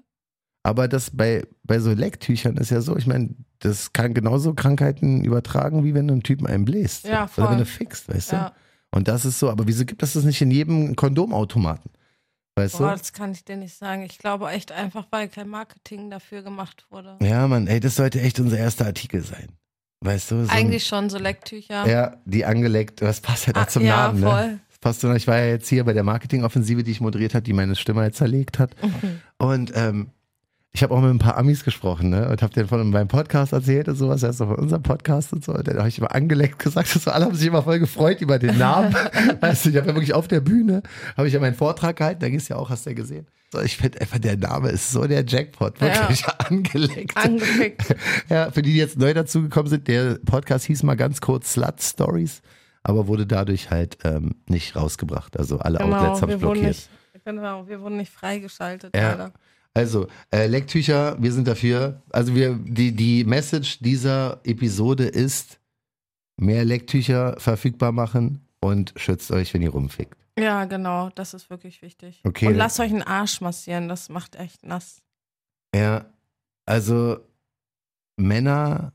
Speaker 1: Aber das bei, bei so Lecktüchern ist ja so, ich meine, das kann genauso Krankheiten übertragen, wie wenn du einen Typen einen bläst.
Speaker 2: Ja, voll.
Speaker 1: Oder wenn du fickst, weißt
Speaker 2: Ja.
Speaker 1: du? Und das ist so, aber wieso gibt es das nicht in jedem Kondomautomaten? Weißt
Speaker 2: Boah, das kann ich dir nicht sagen. Ich glaube echt einfach, weil kein Marketing dafür gemacht wurde.
Speaker 1: du? Ja, Mann, ey, das sollte echt unser erster Artikel sein. Weißt du? So ein-
Speaker 2: Eigentlich schon so Lecktücher.
Speaker 1: Ja, die angeleckt, das passt halt auch
Speaker 2: Ah,
Speaker 1: zum
Speaker 2: ja,
Speaker 1: Namen, ne?
Speaker 2: voll.
Speaker 1: Das passt so. Ich war ja
Speaker 2: Mhm.
Speaker 1: jetzt hier bei der Marketingoffensive, die ich moderiert hat, die meine Stimme halt zerlegt hat. Und ähm, ich habe auch mit ein paar Amis gesprochen, ne? Und habe denen von meinem Podcast erzählt und sowas, also von unserem Podcast und so. Und dann habe ich immer angeleckt gesagt, und so alle haben sich immer voll gefreut über den Namen. weißt du, ich habe ja wirklich auf der Bühne, habe ich ja meinen Vortrag gehalten, da ging es ja auch, hast du ja gesehen. So, ich finde einfach, der Name ist so der Jackpot, wirklich angeleckt.
Speaker 2: Angefickt.
Speaker 1: ja, für die, die jetzt neu dazugekommen sind, der Podcast hieß mal ganz kurz Slut Stories, aber wurde dadurch halt ähm, nicht rausgebracht. Also alle Outlets haben
Speaker 2: Genau, wir wurden,
Speaker 1: blockiert.
Speaker 2: nicht, genau, wir wurden nicht freigeschaltet.
Speaker 1: Ja.
Speaker 2: Leider.
Speaker 1: Also, äh, Lecktücher, wir sind dafür. Also, wir, die, die Message dieser Episode ist, mehr Lecktücher verfügbar machen und schützt euch, wenn ihr rumfickt.
Speaker 2: ja, genau, das ist wirklich wichtig.
Speaker 1: Okay.
Speaker 2: Und lasst euch einen Arsch massieren, das macht echt nass.
Speaker 1: Ja, also Männer,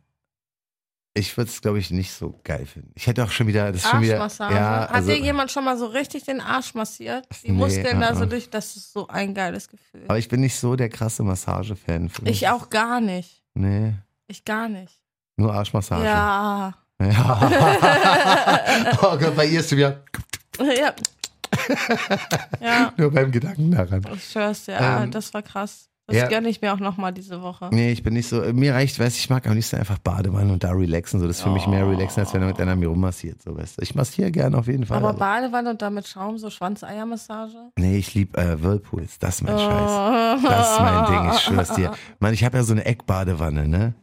Speaker 1: ich würde es, glaube ich, nicht so geil finden. Ich hätte auch schon wieder, das ist schon wieder,
Speaker 2: Arschmassage.
Speaker 1: ja,
Speaker 2: Hat
Speaker 1: also,
Speaker 2: dir jemand schon mal so richtig den Arsch massiert? Die
Speaker 1: Nee,
Speaker 2: Muskeln da
Speaker 1: ah,
Speaker 2: so
Speaker 1: ah.
Speaker 2: durch, das ist so ein geiles Gefühl.
Speaker 1: aber ich bin nicht so der krasse Massage-Fan.
Speaker 2: Ich auch gar nicht.
Speaker 1: Nee,
Speaker 2: Ich gar nicht.
Speaker 1: nur Arschmassage.
Speaker 2: Ja.
Speaker 1: Ja. oh Gott, bei ihr ist schon wieder
Speaker 2: ja. ja,
Speaker 1: nur beim Gedanken daran.
Speaker 2: ich schwör's dir, ah,
Speaker 1: Ähm,
Speaker 2: das war krass. Das
Speaker 1: ja.
Speaker 2: gönne ich mir auch nochmal diese Woche.
Speaker 1: Nee, ich bin nicht so. Mir reicht, weiß ich mag am liebsten einfach Badewanne und da relaxen. So, das ist für mich
Speaker 2: Oh.
Speaker 1: mehr relaxen, als wenn da mit einer mir rummassiert. So, weißt du. Ich massiere gerne auf jeden Fall.
Speaker 2: Aber Badewanne und damit Schaum, so Schwanzeiermassage.
Speaker 1: nee, ich liebe äh, Whirlpools. Das ist mein Scheiß.
Speaker 2: Oh.
Speaker 1: Das ist mein Ding, ich schwör's dir. Mann, ich habe ja so eine Eckbadewanne, ne?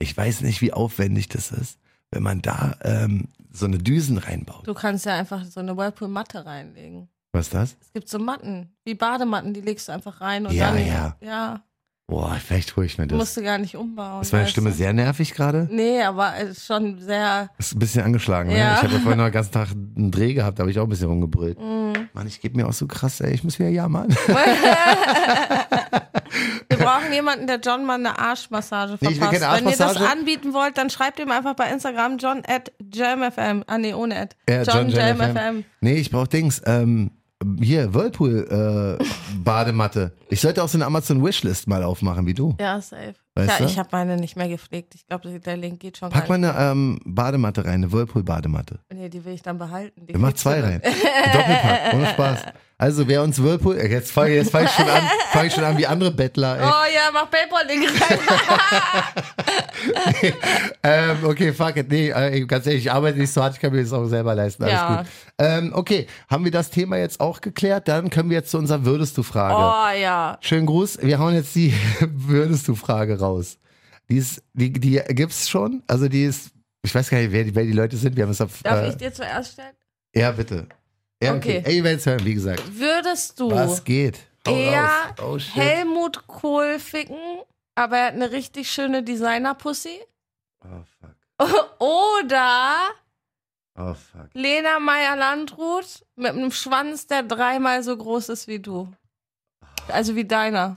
Speaker 1: Ich weiß nicht, wie aufwendig das ist, wenn man da ähm, so eine Düsen reinbaut.
Speaker 2: Du kannst ja einfach so eine Whirlpool-Matte reinlegen.
Speaker 1: Was ist das?
Speaker 2: Es gibt so Matten, wie Badematten, die legst du einfach rein und
Speaker 1: Ja,
Speaker 2: dann.
Speaker 1: ja.
Speaker 2: Ja,
Speaker 1: Boah, vielleicht hole ich mir das.
Speaker 2: musst du gar nicht umbauen.
Speaker 1: Ist meine
Speaker 2: weißt
Speaker 1: Stimme
Speaker 2: du?
Speaker 1: sehr nervig gerade?
Speaker 2: Nee, aber es ist schon sehr.
Speaker 1: Ist ein bisschen angeschlagen, ne?
Speaker 2: Ja.
Speaker 1: Ich habe ja vorhin noch den ganzen Tag einen Dreh gehabt, da habe ich auch ein bisschen rumgebrüllt. Mann, ich gebe mir auch so krass, ey, ich muss wieder jammern.
Speaker 2: Wir brauchen jemanden, der John mal eine Arschmassage
Speaker 1: Nee,
Speaker 2: verpasst.
Speaker 1: ich will keine
Speaker 2: Wenn ihr das
Speaker 1: Arschmassage.
Speaker 2: anbieten wollt, dann schreibt ihm einfach bei Instagram john at jamfm. Ah nee, ohne at.
Speaker 1: Ja, John Jam
Speaker 2: jamfm.
Speaker 1: FM. Nee, ich brauch Dings. Ähm, hier, Whirlpool-Badematte. ich sollte auch so eine Amazon-Wishlist mal aufmachen, wie du.
Speaker 2: Ja, safe.
Speaker 1: Weißt
Speaker 2: ja,
Speaker 1: du?
Speaker 2: ich habe meine nicht mehr gepflegt. Ich glaube, der Link geht schon
Speaker 1: Pack
Speaker 2: gar
Speaker 1: mal eine ähm, Badematte rein, eine Whirlpool-Badematte.
Speaker 2: nicht. Nee, die will ich dann behalten. Die
Speaker 1: Wir machen
Speaker 2: kriegst
Speaker 1: zwei
Speaker 2: du dann.
Speaker 1: rein. Doppelpack, ohne Spaß. Also, wer uns Whirlpool. äh, Jetzt fange jetzt fang ich, schon an- fang ich schon an wie andere Bettler, ey.
Speaker 2: Oh ja, mach Paypal-Link rein.
Speaker 1: Ähm, okay, fuck it. Nee, äh, ganz ehrlich, ich arbeite nicht so hart, ich kann mir das auch selber leisten. Alles
Speaker 2: Ja.
Speaker 1: gut. Ähm, okay, haben wir das Thema jetzt auch geklärt? Dann können wir jetzt zu unserer Würdest du-Frage.
Speaker 2: Oh ja.
Speaker 1: Schönen Gruß. Wir hauen jetzt die Würdest du Frage raus. Die, ist, die, die gibt's schon. Also die ist, ich weiß gar nicht, wer die, wer die Leute sind. Wir haben es auf.
Speaker 2: Darf
Speaker 1: äh,
Speaker 2: ich dir zuerst stellen?
Speaker 1: ja, bitte. Ja, okay.
Speaker 2: Okay. Oh.
Speaker 1: Ey, ihr werdet's hören, wie gesagt.
Speaker 2: Würdest du
Speaker 1: Was geht? Hau
Speaker 2: eher
Speaker 1: raus. Oh shit.
Speaker 2: Helmut Kohl ficken, aber er hat eine richtig schöne Designer-Pussy?
Speaker 1: oh fuck.
Speaker 2: Oder
Speaker 1: Oh fuck.
Speaker 2: Lena Meyer-Landrut mit einem Schwanz, der dreimal so groß ist wie du. Also wie deiner.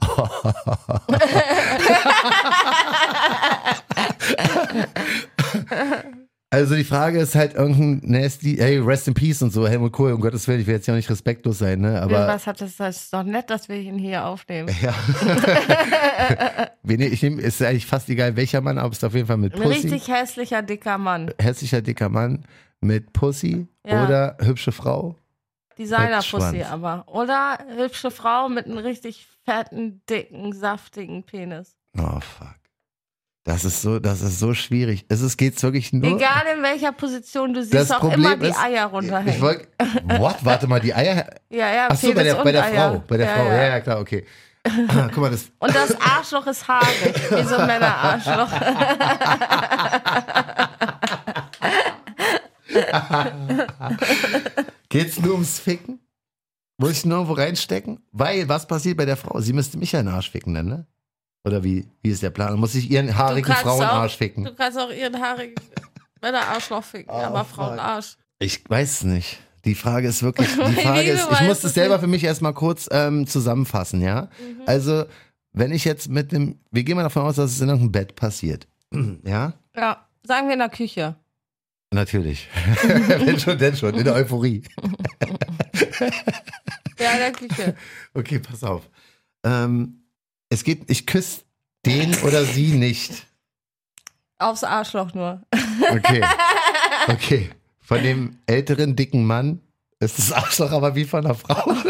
Speaker 1: Also die Frage ist halt irgendein nasty, hey, rest in peace und so, Helmut Kohl, um Gottes Willen, ich will jetzt ja auch nicht respektlos sein, ne? Aber
Speaker 2: Was hat das, das ist doch nett, dass wir ihn hier aufnehmen.
Speaker 1: ja. Wen ich nehme, ist eigentlich fast egal welcher Mann, aber es ist auf jeden Fall mit
Speaker 2: Ein
Speaker 1: Pussy.
Speaker 2: richtig hässlicher, dicker Mann.
Speaker 1: hässlicher dicker Mann mit Pussy
Speaker 2: Ja.
Speaker 1: oder hübsche Frau.
Speaker 2: Designer-Pussy
Speaker 1: Schwanz.
Speaker 2: aber. Oder hübsche Frau mit einem richtig fetten, dicken, saftigen Penis.
Speaker 1: Oh fuck. Das ist so, das ist so schwierig. Es ist, geht's wirklich nur.
Speaker 2: Egal in welcher Position du siehst,
Speaker 1: Das
Speaker 2: auch
Speaker 1: Problem
Speaker 2: immer die
Speaker 1: ist,
Speaker 2: Eier
Speaker 1: Ich
Speaker 2: runterhängen.
Speaker 1: wollte. What? Warte mal, die Eier.
Speaker 2: Ja, ja,
Speaker 1: Ach so, bei der,
Speaker 2: Penis
Speaker 1: bei der
Speaker 2: und Eier.
Speaker 1: Frau. Bei der
Speaker 2: ja,
Speaker 1: Frau.
Speaker 2: Ja.
Speaker 1: Ja, ja, klar, okay. Ah, Guck mal, das.
Speaker 2: Und das Arschloch ist haarig, wie so ein Männerarschloch.
Speaker 1: Geht's nur ums Ficken? Muss ich nur irgendwo reinstecken? Weil, was passiert bei der Frau? Sie müsste mich ja in den Arsch ficken, dann, ne? Oder wie, wie ist der Plan? Muss ich ihren haarigen
Speaker 2: kannst
Speaker 1: Frauenarsch
Speaker 2: auch-
Speaker 1: ficken?
Speaker 2: Du kannst auch ihren haarigen Männerarschloch ficken,
Speaker 1: Oh,
Speaker 2: aber
Speaker 1: fuck.
Speaker 2: Frauenarsch.
Speaker 1: Ich weiß es nicht. Die Frage ist wirklich, die
Speaker 2: Nee,
Speaker 1: Frage
Speaker 2: du
Speaker 1: ist, ich
Speaker 2: weißt
Speaker 1: muss das
Speaker 2: es
Speaker 1: selber
Speaker 2: nicht. Mhm.
Speaker 1: für mich erstmal kurz ähm, zusammenfassen, ja? Also, wenn ich jetzt mit dem, wir gehen mal davon aus, dass es in irgendeinem Bett passiert. Ja?
Speaker 2: Ja, sagen wir in der Küche.
Speaker 1: Natürlich. wenn schon, denn schon, in der Euphorie.
Speaker 2: Ja, in der Küche.
Speaker 1: Okay, pass auf. Ähm, es geht, ich küsse den oder sie nicht.
Speaker 2: Aufs Arschloch nur.
Speaker 1: Okay. Okay. Von dem älteren, dicken Mann ist das Arschloch aber wie von einer Frau.
Speaker 2: Aber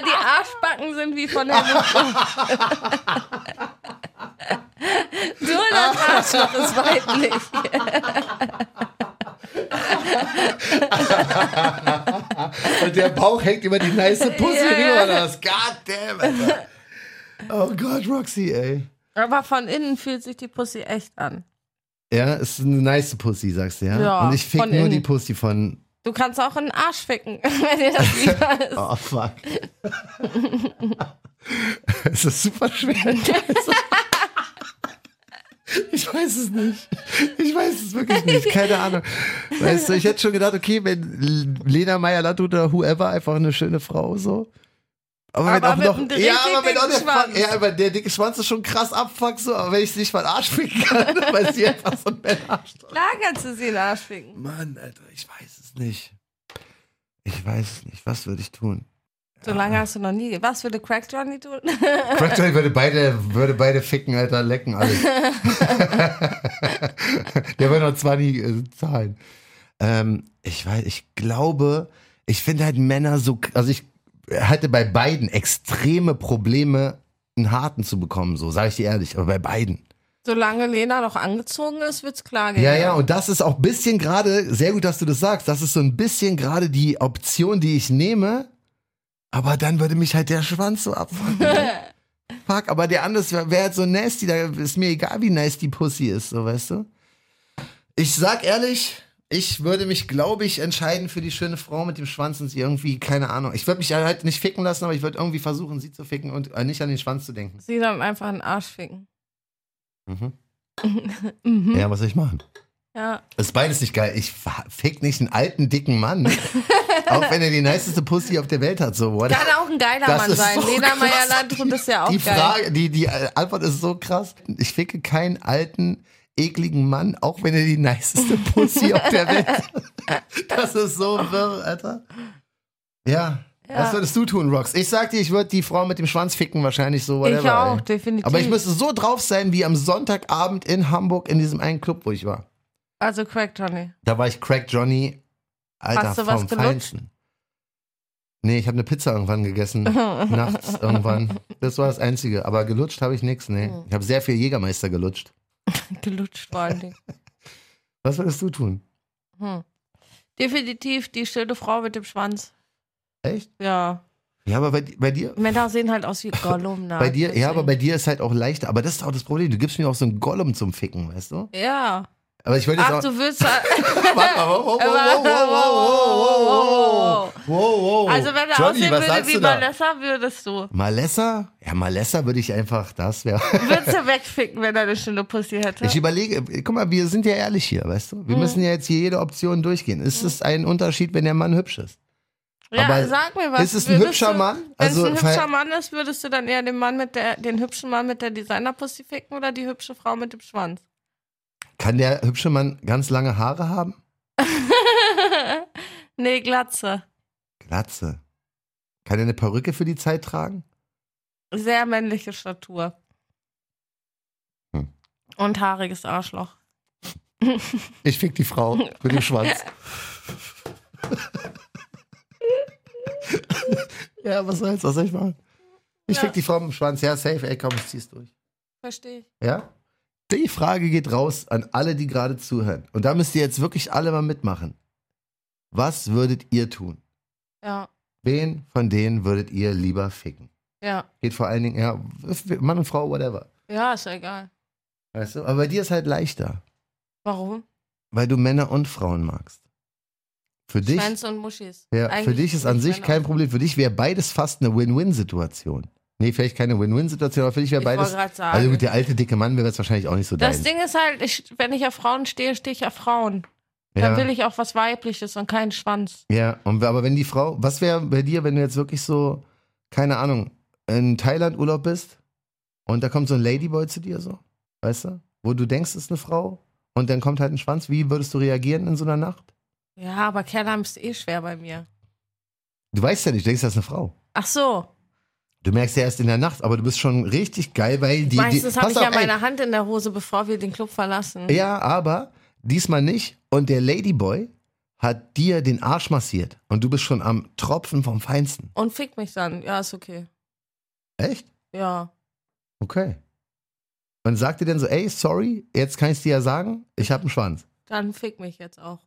Speaker 2: die Arschbacken sind wie von der Luft. Nur das Arschloch ist weiblich.
Speaker 1: Und der Bauch hängt über die nice Pussy
Speaker 2: Ja,
Speaker 1: rüber.
Speaker 2: ja.
Speaker 1: oder was? God damn, Alter. Oh Gott, Roxy, ey.
Speaker 2: Aber von innen fühlt sich die Pussy echt an.
Speaker 1: Ja, ist eine nice Pussy, sagst du, ja?
Speaker 2: Ja,
Speaker 1: Und ich fick
Speaker 2: von
Speaker 1: nur
Speaker 2: innen.
Speaker 1: die Pussy von.
Speaker 2: Du kannst auch einen Arsch ficken, wenn dir das lieber ist.
Speaker 1: Oh, fuck. es ist super schwer. ich weiß es nicht. Ich weiß es wirklich nicht. Keine Ahnung. Weißt du, ich hätte schon gedacht, okay, wenn Lena Meyer-Landrut oder whoever einfach eine schöne Frau so. Aber,
Speaker 2: Aber mit
Speaker 1: wenn auch
Speaker 2: einem
Speaker 1: noch.
Speaker 2: richtig
Speaker 1: Ja, aber wenn auch
Speaker 2: dicken
Speaker 1: der, Fuck,
Speaker 2: Schwanz.
Speaker 1: ja, aber der dicke Schwanz ist schon krass abfuck so, aber wenn ich sie nicht mal den Arsch ficken kann, weil sie einfach so ein Männerarsch drauf
Speaker 2: Klar kannst du sie einen Arsch ficken.
Speaker 1: Mann, Alter, ich weiß es nicht. Ich weiß es nicht. Was würde ich tun?
Speaker 2: So lange hast du noch nie. ge- Was würde Crack Johnny tun?
Speaker 1: Crackdown würde beide, würde beide ficken, Alter, lecken alles. Der würde noch 20 äh, zahlen. Ähm, ich weiß, ich glaube, ich finde halt Männer so, k- also ich hatte bei beiden extreme Probleme, einen Harten zu bekommen, so, sage ich dir ehrlich, aber bei beiden.
Speaker 2: Solange Lena noch angezogen ist, wird's klar gehen.
Speaker 1: Ja, ja, und das ist auch ein bisschen gerade, sehr gut, dass du das sagst, das ist so ein bisschen gerade die Option, die ich nehme, aber dann würde mich halt der Schwanz so abfangen. Fuck, aber der andere wäre wär halt so nasty, da ist mir egal, wie nice die Pussy ist, so weißt du. Ich sag ehrlich, ich würde mich, glaube ich, entscheiden für die schöne Frau mit dem Schwanz und sie irgendwie, keine Ahnung. Ich würde mich halt nicht ficken lassen, aber ich würde irgendwie versuchen, sie zu ficken und äh, nicht an den Schwanz zu denken.
Speaker 2: Sie dann einfach einen Arsch ficken.
Speaker 1: Mhm.
Speaker 2: Mhm.
Speaker 1: Ja, was soll ich machen?
Speaker 2: Ja.
Speaker 1: Ist beides nicht geil. Ich fa- fick nicht einen alten, dicken Mann. auch wenn er die niceste Pussy auf der Welt hat, so what?
Speaker 2: Kann auch ein geiler
Speaker 1: Das
Speaker 2: Mann
Speaker 1: ist
Speaker 2: sein.
Speaker 1: so
Speaker 2: Lena
Speaker 1: krass.
Speaker 2: Meyer-Landrut ist ja auch
Speaker 1: die
Speaker 2: geil.
Speaker 1: Frage, die, die äh, Antwort ist so krass. Ich ficke keinen alten, ekligen Mann, auch wenn er die niceste Pussy auf der Welt hat. Das ist so wirr, Alter. Ja.
Speaker 2: Ja.
Speaker 1: Was würdest du tun, Rox? Ich sag dir, ich würde die Frau mit dem Schwanz ficken, wahrscheinlich so, whatever.
Speaker 2: ich auch,
Speaker 1: ey.
Speaker 2: definitiv.
Speaker 1: Aber ich müsste so drauf sein, wie am Sonntagabend in Hamburg in diesem einen Club, wo ich war.
Speaker 2: also Crack Johnny.
Speaker 1: Da war ich Crack Johnny. Alter,
Speaker 2: Hast du was
Speaker 1: vom
Speaker 2: gelutscht?
Speaker 1: Feinsten. Nee, ich habe eine Pizza irgendwann gegessen. nachts irgendwann. Das war das Einzige. Aber gelutscht habe ich nichts, nee.
Speaker 2: Hm.
Speaker 1: Ich habe sehr viel Jägermeister gelutscht.
Speaker 2: Gelutscht vor allen Dingen.
Speaker 1: Was würdest du tun?
Speaker 2: Hm. Definitiv die schöne Frau mit dem Schwanz.
Speaker 1: Echt?
Speaker 2: Ja.
Speaker 1: Ja, aber bei, di- bei dir.
Speaker 2: Männer sehen halt aus wie Gollum.
Speaker 1: Bei dir, ja, aber bei dir ist halt auch leichter. Aber das ist auch das Problem. Du gibst mir auch so einen Gollum zum Ficken, weißt du?
Speaker 2: Ja.
Speaker 1: Aber ich wollte jetzt
Speaker 2: Ach,
Speaker 1: auch.
Speaker 2: du willst.
Speaker 1: Warte mal, wow, wow, wow, wow, wow, wow, wow, wow, wow, wow, wow, wow.
Speaker 2: Also, wenn er
Speaker 1: Oh, Johnny,
Speaker 2: aussehen
Speaker 1: was
Speaker 2: würde
Speaker 1: sagst
Speaker 2: wie
Speaker 1: du da?
Speaker 2: Malessa, würdest du.
Speaker 1: Malessa? Ja, Malessa würde ich einfach, das wäre.
Speaker 2: Würdest du wegficken, wenn er eine schöne Pussy hätte?
Speaker 1: Ich überlege, guck mal, wir sind ja ehrlich hier, weißt du? Wir müssen ja jetzt hier jede Option durchgehen. Ist es ein Unterschied, wenn der Mann hübsch ist?
Speaker 2: ja,
Speaker 1: aber
Speaker 2: sag mir was.
Speaker 1: ist es ein
Speaker 2: würdest
Speaker 1: hübscher
Speaker 2: du,
Speaker 1: Mann? Also,
Speaker 2: wenn es ein hübscher
Speaker 1: ver-
Speaker 2: Mann ist, würdest du dann eher den Mann mit der, den hübschen Mann mit der Designer-Pussy ficken oder die hübsche Frau mit dem Schwanz?
Speaker 1: Kann der hübsche Mann ganz lange Haare haben?
Speaker 2: nee, Glatze.
Speaker 1: Glatze. Kann er eine Perücke für die Zeit tragen?
Speaker 2: Sehr männliche Statur.
Speaker 1: Hm.
Speaker 2: Und haariges Arschloch.
Speaker 1: Ich fick die Frau mit dem Schwanz. ja, was soll's, was soll ich machen? Ich
Speaker 2: Ja.
Speaker 1: fick die Frau mit dem Schwanz. Ja, safe, ey, komm, ich zieh's durch.
Speaker 2: Verstehe ich.
Speaker 1: Ja? Die Frage geht raus an alle, die gerade zuhören. Und da müsst ihr jetzt wirklich alle mal mitmachen. Was würdet ihr tun?
Speaker 2: Ja,
Speaker 1: Wen von denen würdet ihr lieber ficken?
Speaker 2: ja.
Speaker 1: Geht vor allen Dingen, ja, Mann und Frau, whatever.
Speaker 2: Ja, ist ja egal.
Speaker 1: Weißt du? Aber bei dir ist halt leichter,
Speaker 2: Warum?
Speaker 1: weil du Männer und Frauen magst. Für dich,
Speaker 2: Schwänze und Muschis.
Speaker 1: ja,
Speaker 2: Eigentlich
Speaker 1: für dich ist an
Speaker 2: nicht
Speaker 1: sich
Speaker 2: meine
Speaker 1: kein Problem. Für dich wäre beides fast eine Win-Win-Situation. Nee, vielleicht keine Win-Win-Situation, aber für dich wäre
Speaker 2: Ich wollte
Speaker 1: beides.
Speaker 2: gerade sagen.
Speaker 1: Also gut, der alte dicke Mann wäre jetzt wahrscheinlich auch nicht so
Speaker 2: Das
Speaker 1: dein.
Speaker 2: Ding ist halt, ich, wenn ich auf Frauen stehe, stehe ich auf Frauen. Dann
Speaker 1: ja.
Speaker 2: will ich auch was Weibliches und keinen Schwanz.
Speaker 1: Ja, und, aber wenn die Frau, was wäre bei dir, wenn du jetzt wirklich so, keine Ahnung, in Thailand Urlaub bist und da kommt so ein Ladyboy zu dir so, weißt du, wo du denkst, ist eine Frau und dann kommt halt ein Schwanz, wie würdest du reagieren in so einer Nacht?
Speaker 2: Ja, aber Kerle haben es eh schwer bei mir.
Speaker 1: Du weißt ja nicht, du denkst, das ist eine Frau.
Speaker 2: Ach so,
Speaker 1: Du merkst ja erst in der Nacht, aber du bist schon richtig geil, weil die.
Speaker 2: meistens
Speaker 1: die,
Speaker 2: habe
Speaker 1: pass
Speaker 2: ich ja
Speaker 1: auf, ey,
Speaker 2: meine Hand in der Hose, bevor wir den Club verlassen.
Speaker 1: Ja, aber diesmal nicht. Und der Ladyboy hat dir den Arsch massiert und du bist schon am Tropfen vom Feinsten.
Speaker 2: Und fick mich dann. Ja, ist okay.
Speaker 1: Echt?
Speaker 2: Ja.
Speaker 1: Okay. Und sagt dir denn so, ey, sorry, jetzt kann ich dir ja sagen, ich habe einen Schwanz.
Speaker 2: Dann fick mich jetzt auch.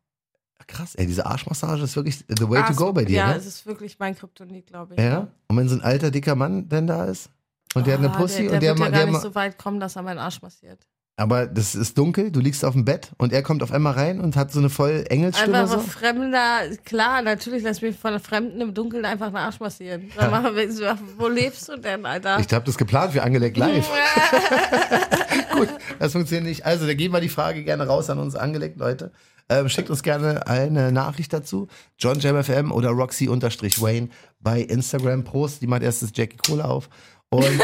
Speaker 1: Krass, ey, diese Arschmassage ist wirklich the way to
Speaker 2: Ah,
Speaker 1: go bei dir,
Speaker 2: Ja,
Speaker 1: ne?
Speaker 2: es ist wirklich mein Kryptonit, glaube ich.
Speaker 1: Ja. Und wenn so ein alter, dicker Mann denn da ist und der hat eine
Speaker 2: Ah,
Speaker 1: Pussy
Speaker 2: der,
Speaker 1: und der,
Speaker 2: wird ja
Speaker 1: ma-
Speaker 2: gar
Speaker 1: der,
Speaker 2: nicht
Speaker 1: ma-
Speaker 2: so weit kommen, dass er meinen Arsch massiert.
Speaker 1: aber das ist dunkel, du liegst auf dem Bett und er kommt auf einmal rein und hat so eine voll Engelsstimme
Speaker 2: Einfach
Speaker 1: so.
Speaker 2: ein Fremder, klar, natürlich lass mich von einem Fremden im Dunkeln einfach einen Arsch massieren. Sag mal, wie- wo lebst du denn, Alter?
Speaker 1: Ich habe das geplant für angelegt live. Gut, das funktioniert nicht. Also, da geben wir die Frage gerne raus an uns angelegt, Leute. Ähm, schickt uns gerne eine Nachricht dazu. JohnJamFM oder Roxy-Wayne bei Instagram. Prost, die macht erstes Jackie Cola auf. Und äh,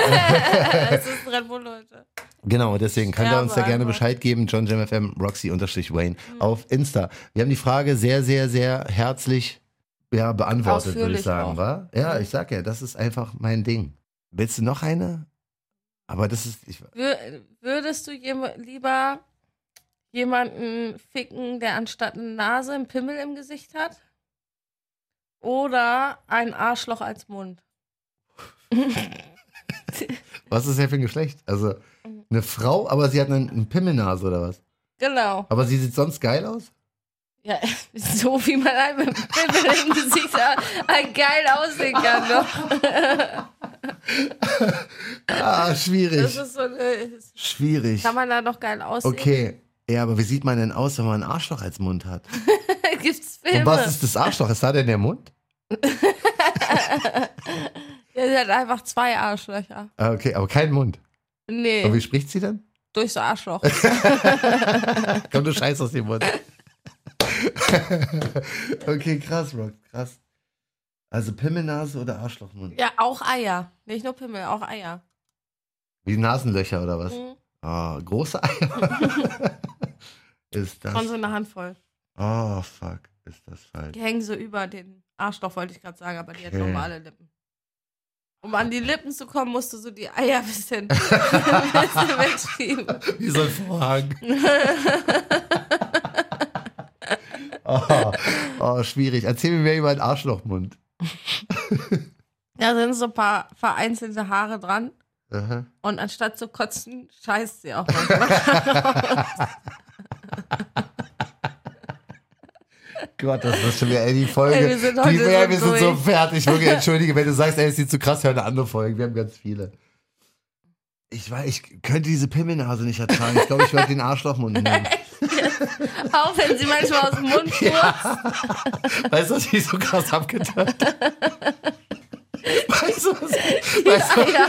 Speaker 2: das ist Red Bull, Leute.
Speaker 1: genau, deswegen kann er
Speaker 2: Sterbe
Speaker 1: uns da gerne
Speaker 2: einfach. Mhm.
Speaker 1: Bescheid geben. JohnJamFM, Roxy-Wayne auf Insta. Wir haben die Frage sehr, sehr, sehr herzlich ja, beantwortet, würde ich
Speaker 2: Ausführlich
Speaker 1: sagen.
Speaker 2: auch. Mhm.
Speaker 1: Wa? Ja, ich sag ja, das ist einfach mein Ding. Willst du noch eine? Aber das ist, ich,
Speaker 2: Wür- Würdest du jem- lieber jemanden ficken, der anstatt eine Nase einen Pimmel im Gesicht hat? Oder ein Arschloch als Mund?
Speaker 1: Was ist das für ein Geschlecht? Also
Speaker 2: Mhm.
Speaker 1: eine Frau, aber sie hat einen, einen Pimmelnase oder was?
Speaker 2: Genau.
Speaker 1: Aber sie sieht sonst geil aus?
Speaker 2: Ja, so wie man einen mit einem Pimmel im Gesicht hat, ein geil aussehen kann. Doch.
Speaker 1: Ah,
Speaker 2: Das
Speaker 1: schwierig.
Speaker 2: ist so eine,
Speaker 1: Schwierig.
Speaker 2: kann man da noch geil aussehen?
Speaker 1: Okay. Ja, aber wie sieht man denn aus, wenn man einen Arschloch als Mund hat?
Speaker 2: Gibt's
Speaker 1: Und
Speaker 2: Filme?
Speaker 1: was ist das Arschloch? Ist da denn der Mund?
Speaker 2: Ja, sie hat einfach zwei Arschlöcher.
Speaker 1: Ah, Okay, aber kein Mund. Und
Speaker 2: Nee,
Speaker 1: wie spricht sie denn?
Speaker 2: durchs Arschloch.
Speaker 1: Komm, du Scheiß aus dem Mund. okay, krass, Rock. Krass. Also Pimmelnase oder Arschlochmund?
Speaker 2: Ja, auch Eier. Nicht nur Pimmel, auch Eier.
Speaker 1: Wie Nasenlöcher oder was?
Speaker 2: Mhm.
Speaker 1: Ah, große Eier. Ist das
Speaker 2: Von so einer Handvoll.
Speaker 1: Oh, fuck, ist das falsch.
Speaker 2: Die hängen so über den Arschloch, wollte ich gerade sagen, aber die hat
Speaker 1: Okay.
Speaker 2: normale Lippen. Um an die Lippen zu kommen, musst du so die Eier ein bisschen, bisschen wegschieben.
Speaker 1: Wie so ein Vorhang. oh, oh, schwierig. Erzähl mir mehr über den Arschlochmund.
Speaker 2: Da sind so ein paar vereinzelte Haare dran.
Speaker 1: Aha.
Speaker 2: Und anstatt zu kotzen, scheißt sie auch manchmal.
Speaker 1: Gott, das ist schon wieder ey, die Folge.
Speaker 2: Ey, wir sind
Speaker 1: die,
Speaker 2: heute
Speaker 1: ey,
Speaker 2: so
Speaker 1: wir sind so
Speaker 2: durch.
Speaker 1: fertig. Wirklich, entschuldige, wenn du sagst, ey, ist die zu krass, hör eine andere Folge. Wir haben ganz viele. Ich weiß, ich könnte diese Pimmelnase nicht ertragen. Ich glaube, ich werde den Arschlochmund nehmen.
Speaker 2: auch wenn sie manchmal aus dem Mund furzt.
Speaker 1: Weißt du, was ich so krass abgetan habe? Weißt du, was ich,
Speaker 2: Die
Speaker 1: weißt du,
Speaker 2: Eier.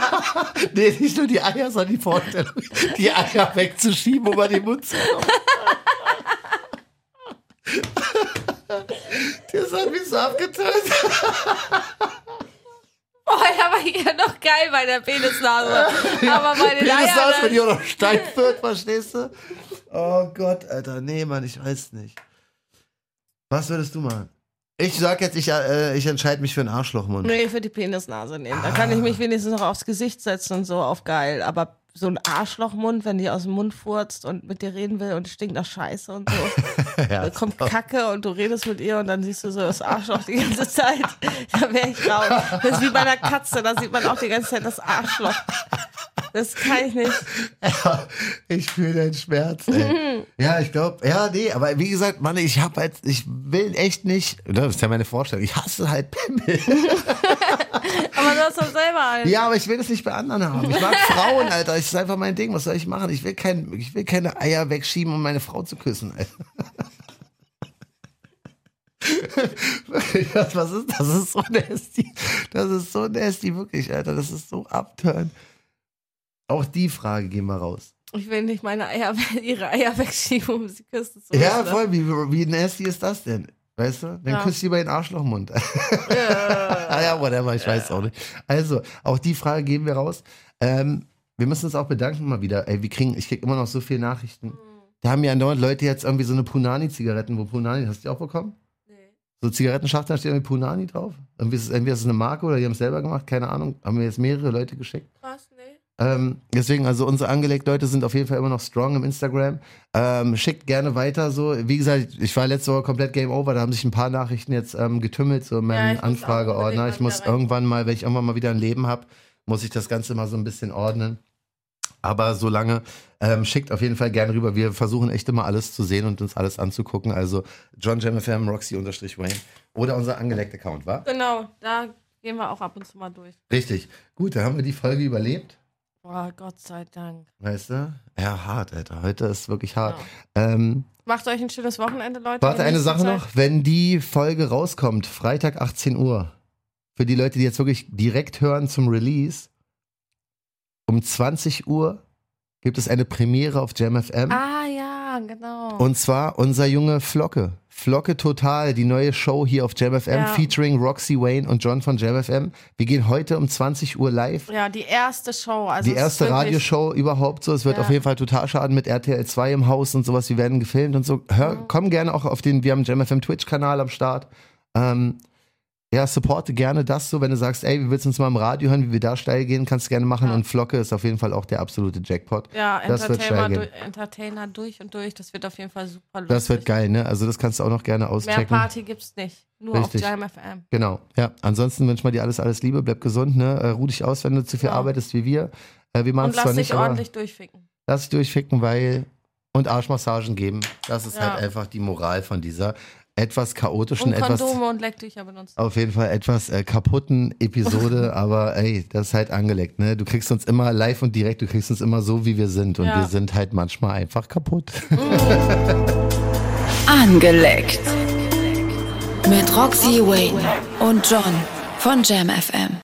Speaker 1: Nee, nicht nur die Eier, sondern die Vorstellung, die Eier wegzuschieben, um an den Mund zu kommen. Das hat mich so abgetötet.
Speaker 2: Vorher Oh, war ich ja noch geil bei der Penisnase. Aber bei den
Speaker 1: Penis
Speaker 2: Eiern.
Speaker 1: aus, wenn die auch noch steif wird, verstehst du? Oh Gott, Alter, nee, Mann, ich weiß nicht. Was würdest du machen? Ich sag jetzt, ich, äh, ich entscheide mich für einen Arschlochmund.
Speaker 2: äh, Nee, für die Penisnase nehmen.
Speaker 1: Ah.
Speaker 2: Da kann ich mich wenigstens noch aufs Gesicht setzen und so auf geil. Aber so ein Arschlochmund, wenn die aus dem Mund furzt und mit dir reden will und es stinkt nach Scheiße und so. Da
Speaker 1: Ja. genau.
Speaker 2: kommt Kacke und du redest mit ihr und dann siehst du so das Arschloch die ganze Zeit. Da wäre ich raus. Das ist wie bei einer Katze, da sieht man auch die ganze Zeit das Arschloch. Das kann ich nicht.
Speaker 1: Ich fühle deinen Schmerz. Ey. ja, ich glaube, ja, nee, aber wie gesagt, Mann, ich hab halt, ich will echt nicht, das ist ja meine Vorstellung, ich hasse halt Pimmel.
Speaker 2: Aber du hast doch selber einen.
Speaker 1: Ja, aber ich will das nicht bei anderen haben. Ich mag Frauen, Alter, das ist einfach mein Ding, was soll ich machen? Ich will, kein, ich will keine Eier wegschieben, um meine Frau zu küssen, Alter. Wirklich, das- Was ist, das ist so nasty. Das ist so nasty, wirklich, Alter. Das ist so abturn. Auch die Frage gehen wir raus.
Speaker 2: Ich will nicht meine Eier, ihre Eier wegschieben, um sie küssen zu
Speaker 1: Ja,
Speaker 2: müssen.
Speaker 1: voll. Wie, wie nasty ist das denn? Weißt du? Dann
Speaker 2: Ja.
Speaker 1: küsst lieber den Arschlochmund. ah ja, whatever, ich weiß auch nicht. Also, auch die Frage geben wir raus. Ähm, wir müssen uns auch bedanken mal wieder. Ey, wir kriegen, ich krieg immer noch so viele Nachrichten. Da haben ja andauernd Leute jetzt irgendwie so eine Punani-Zigaretten, wo Punani, hast du die auch bekommen?
Speaker 2: Nee.
Speaker 1: So Zigarettenschachteln, da steht irgendwie Punani drauf. Irgendwie ist, es, entweder ist es eine Marke oder die haben es selber gemacht, keine Ahnung. Haben mir jetzt mehrere Leute geschickt.
Speaker 2: Was? Nee.
Speaker 1: Ähm, deswegen, also unsere angelegten Leute sind auf jeden Fall immer noch strong im Instagram. Ähm, schickt gerne weiter so. Wie gesagt, ich war letzte Woche komplett Game Over, da haben sich ein paar Nachrichten jetzt ähm, getümmelt, so in meinem
Speaker 2: ich muss auch unbedingt
Speaker 1: Anfrageordner.
Speaker 2: mal
Speaker 1: Ich muss
Speaker 2: wieder rein.
Speaker 1: irgendwann mal, wenn ich irgendwann mal wieder ein Leben habe, muss ich das Ganze mal so ein bisschen ordnen. Aber solange, ähm, schickt auf jeden Fall gerne rüber. Wir versuchen echt immer alles zu sehen und uns alles anzugucken. Also John JamFM, Roxy-Wayne oder unser angelegt-Account, war?
Speaker 2: Genau, da gehen wir auch ab und zu mal durch.
Speaker 1: Richtig. Gut, da haben wir die Folge überlebt.
Speaker 2: Boah, Gott sei Dank.
Speaker 1: Weißt du? Ja, hart, Alter. Heute ist wirklich
Speaker 2: Ja.
Speaker 1: hart. Ähm,
Speaker 2: Macht euch ein schönes Wochenende, Leute.
Speaker 1: warte, eine
Speaker 2: Genießt die
Speaker 1: Sache
Speaker 2: Zeit.
Speaker 1: noch. Wenn die Folge rauskommt, Freitag 18 Uhr, für die Leute, die jetzt wirklich direkt hören zum Release, um 20 Uhr gibt es eine Premiere auf JamFM.
Speaker 2: Ah ja, genau.
Speaker 1: Und zwar unser Junge Flocke. Flocke Total, die neue Show hier auf JamFM,
Speaker 2: Ja.
Speaker 1: featuring Roxy Wayne und John von JamFM. Wir gehen heute um 20 Uhr live
Speaker 2: ja, die erste Show. Also
Speaker 1: die
Speaker 2: es ist
Speaker 1: erste
Speaker 2: wirklich-
Speaker 1: Radioshow überhaupt so. Es wird
Speaker 2: Ja.
Speaker 1: auf jeden Fall total schaden mit RTL 2 im Haus und sowas. Wir werden gefilmt und so. Hör, Komm gerne auch auf den, wir haben einen JamFM Twitch-Kanal am Start. Ähm, ja, supporte gerne das so, wenn du sagst, ey, wir willst uns mal im Radio hören, wie wir da steil gehen, kannst du gerne machen.
Speaker 2: Ja.
Speaker 1: Und Flocke ist auf jeden Fall auch der absolute Jackpot.
Speaker 2: Ja,
Speaker 1: Das wird
Speaker 2: Entertainer,
Speaker 1: steil
Speaker 2: durch,
Speaker 1: gehen.
Speaker 2: Entertainer durch und durch. Das wird auf jeden Fall super lustig.
Speaker 1: Das wird geil, ne? Also das kannst du auch noch gerne
Speaker 2: Mehr
Speaker 1: auschecken.
Speaker 2: Party gibt's nicht. Nur
Speaker 1: Richtig.
Speaker 2: auf Jam FM.
Speaker 1: Genau, ja. Ansonsten wünschen wir dir alles, alles Liebe, bleib gesund, ne? Äh, ruh dich aus, wenn du zu viel
Speaker 2: Ja.
Speaker 1: arbeitest wie wir. Äh, wir machen
Speaker 2: Und
Speaker 1: es zwar
Speaker 2: lass
Speaker 1: nicht,
Speaker 2: dich
Speaker 1: aber
Speaker 2: ordentlich durchficken.
Speaker 1: Lass dich durchficken, weil. Und Arschmassagen geben. Das ist
Speaker 2: Ja.
Speaker 1: halt einfach die Moral von dieser etwas chaotischen,
Speaker 2: Und
Speaker 1: etwas.
Speaker 2: Kondome und Lecktücher benutzen.
Speaker 1: Auf jeden Fall etwas äh, kaputten Episode, aber ey, das ist halt angelegt, ne? Du kriegst uns immer live und direkt, du kriegst uns immer so, wie wir sind. Und
Speaker 2: Ja.
Speaker 1: wir sind halt manchmal einfach kaputt.
Speaker 3: Angeleckt. Mit Roxy Wayne und John von Jam FM.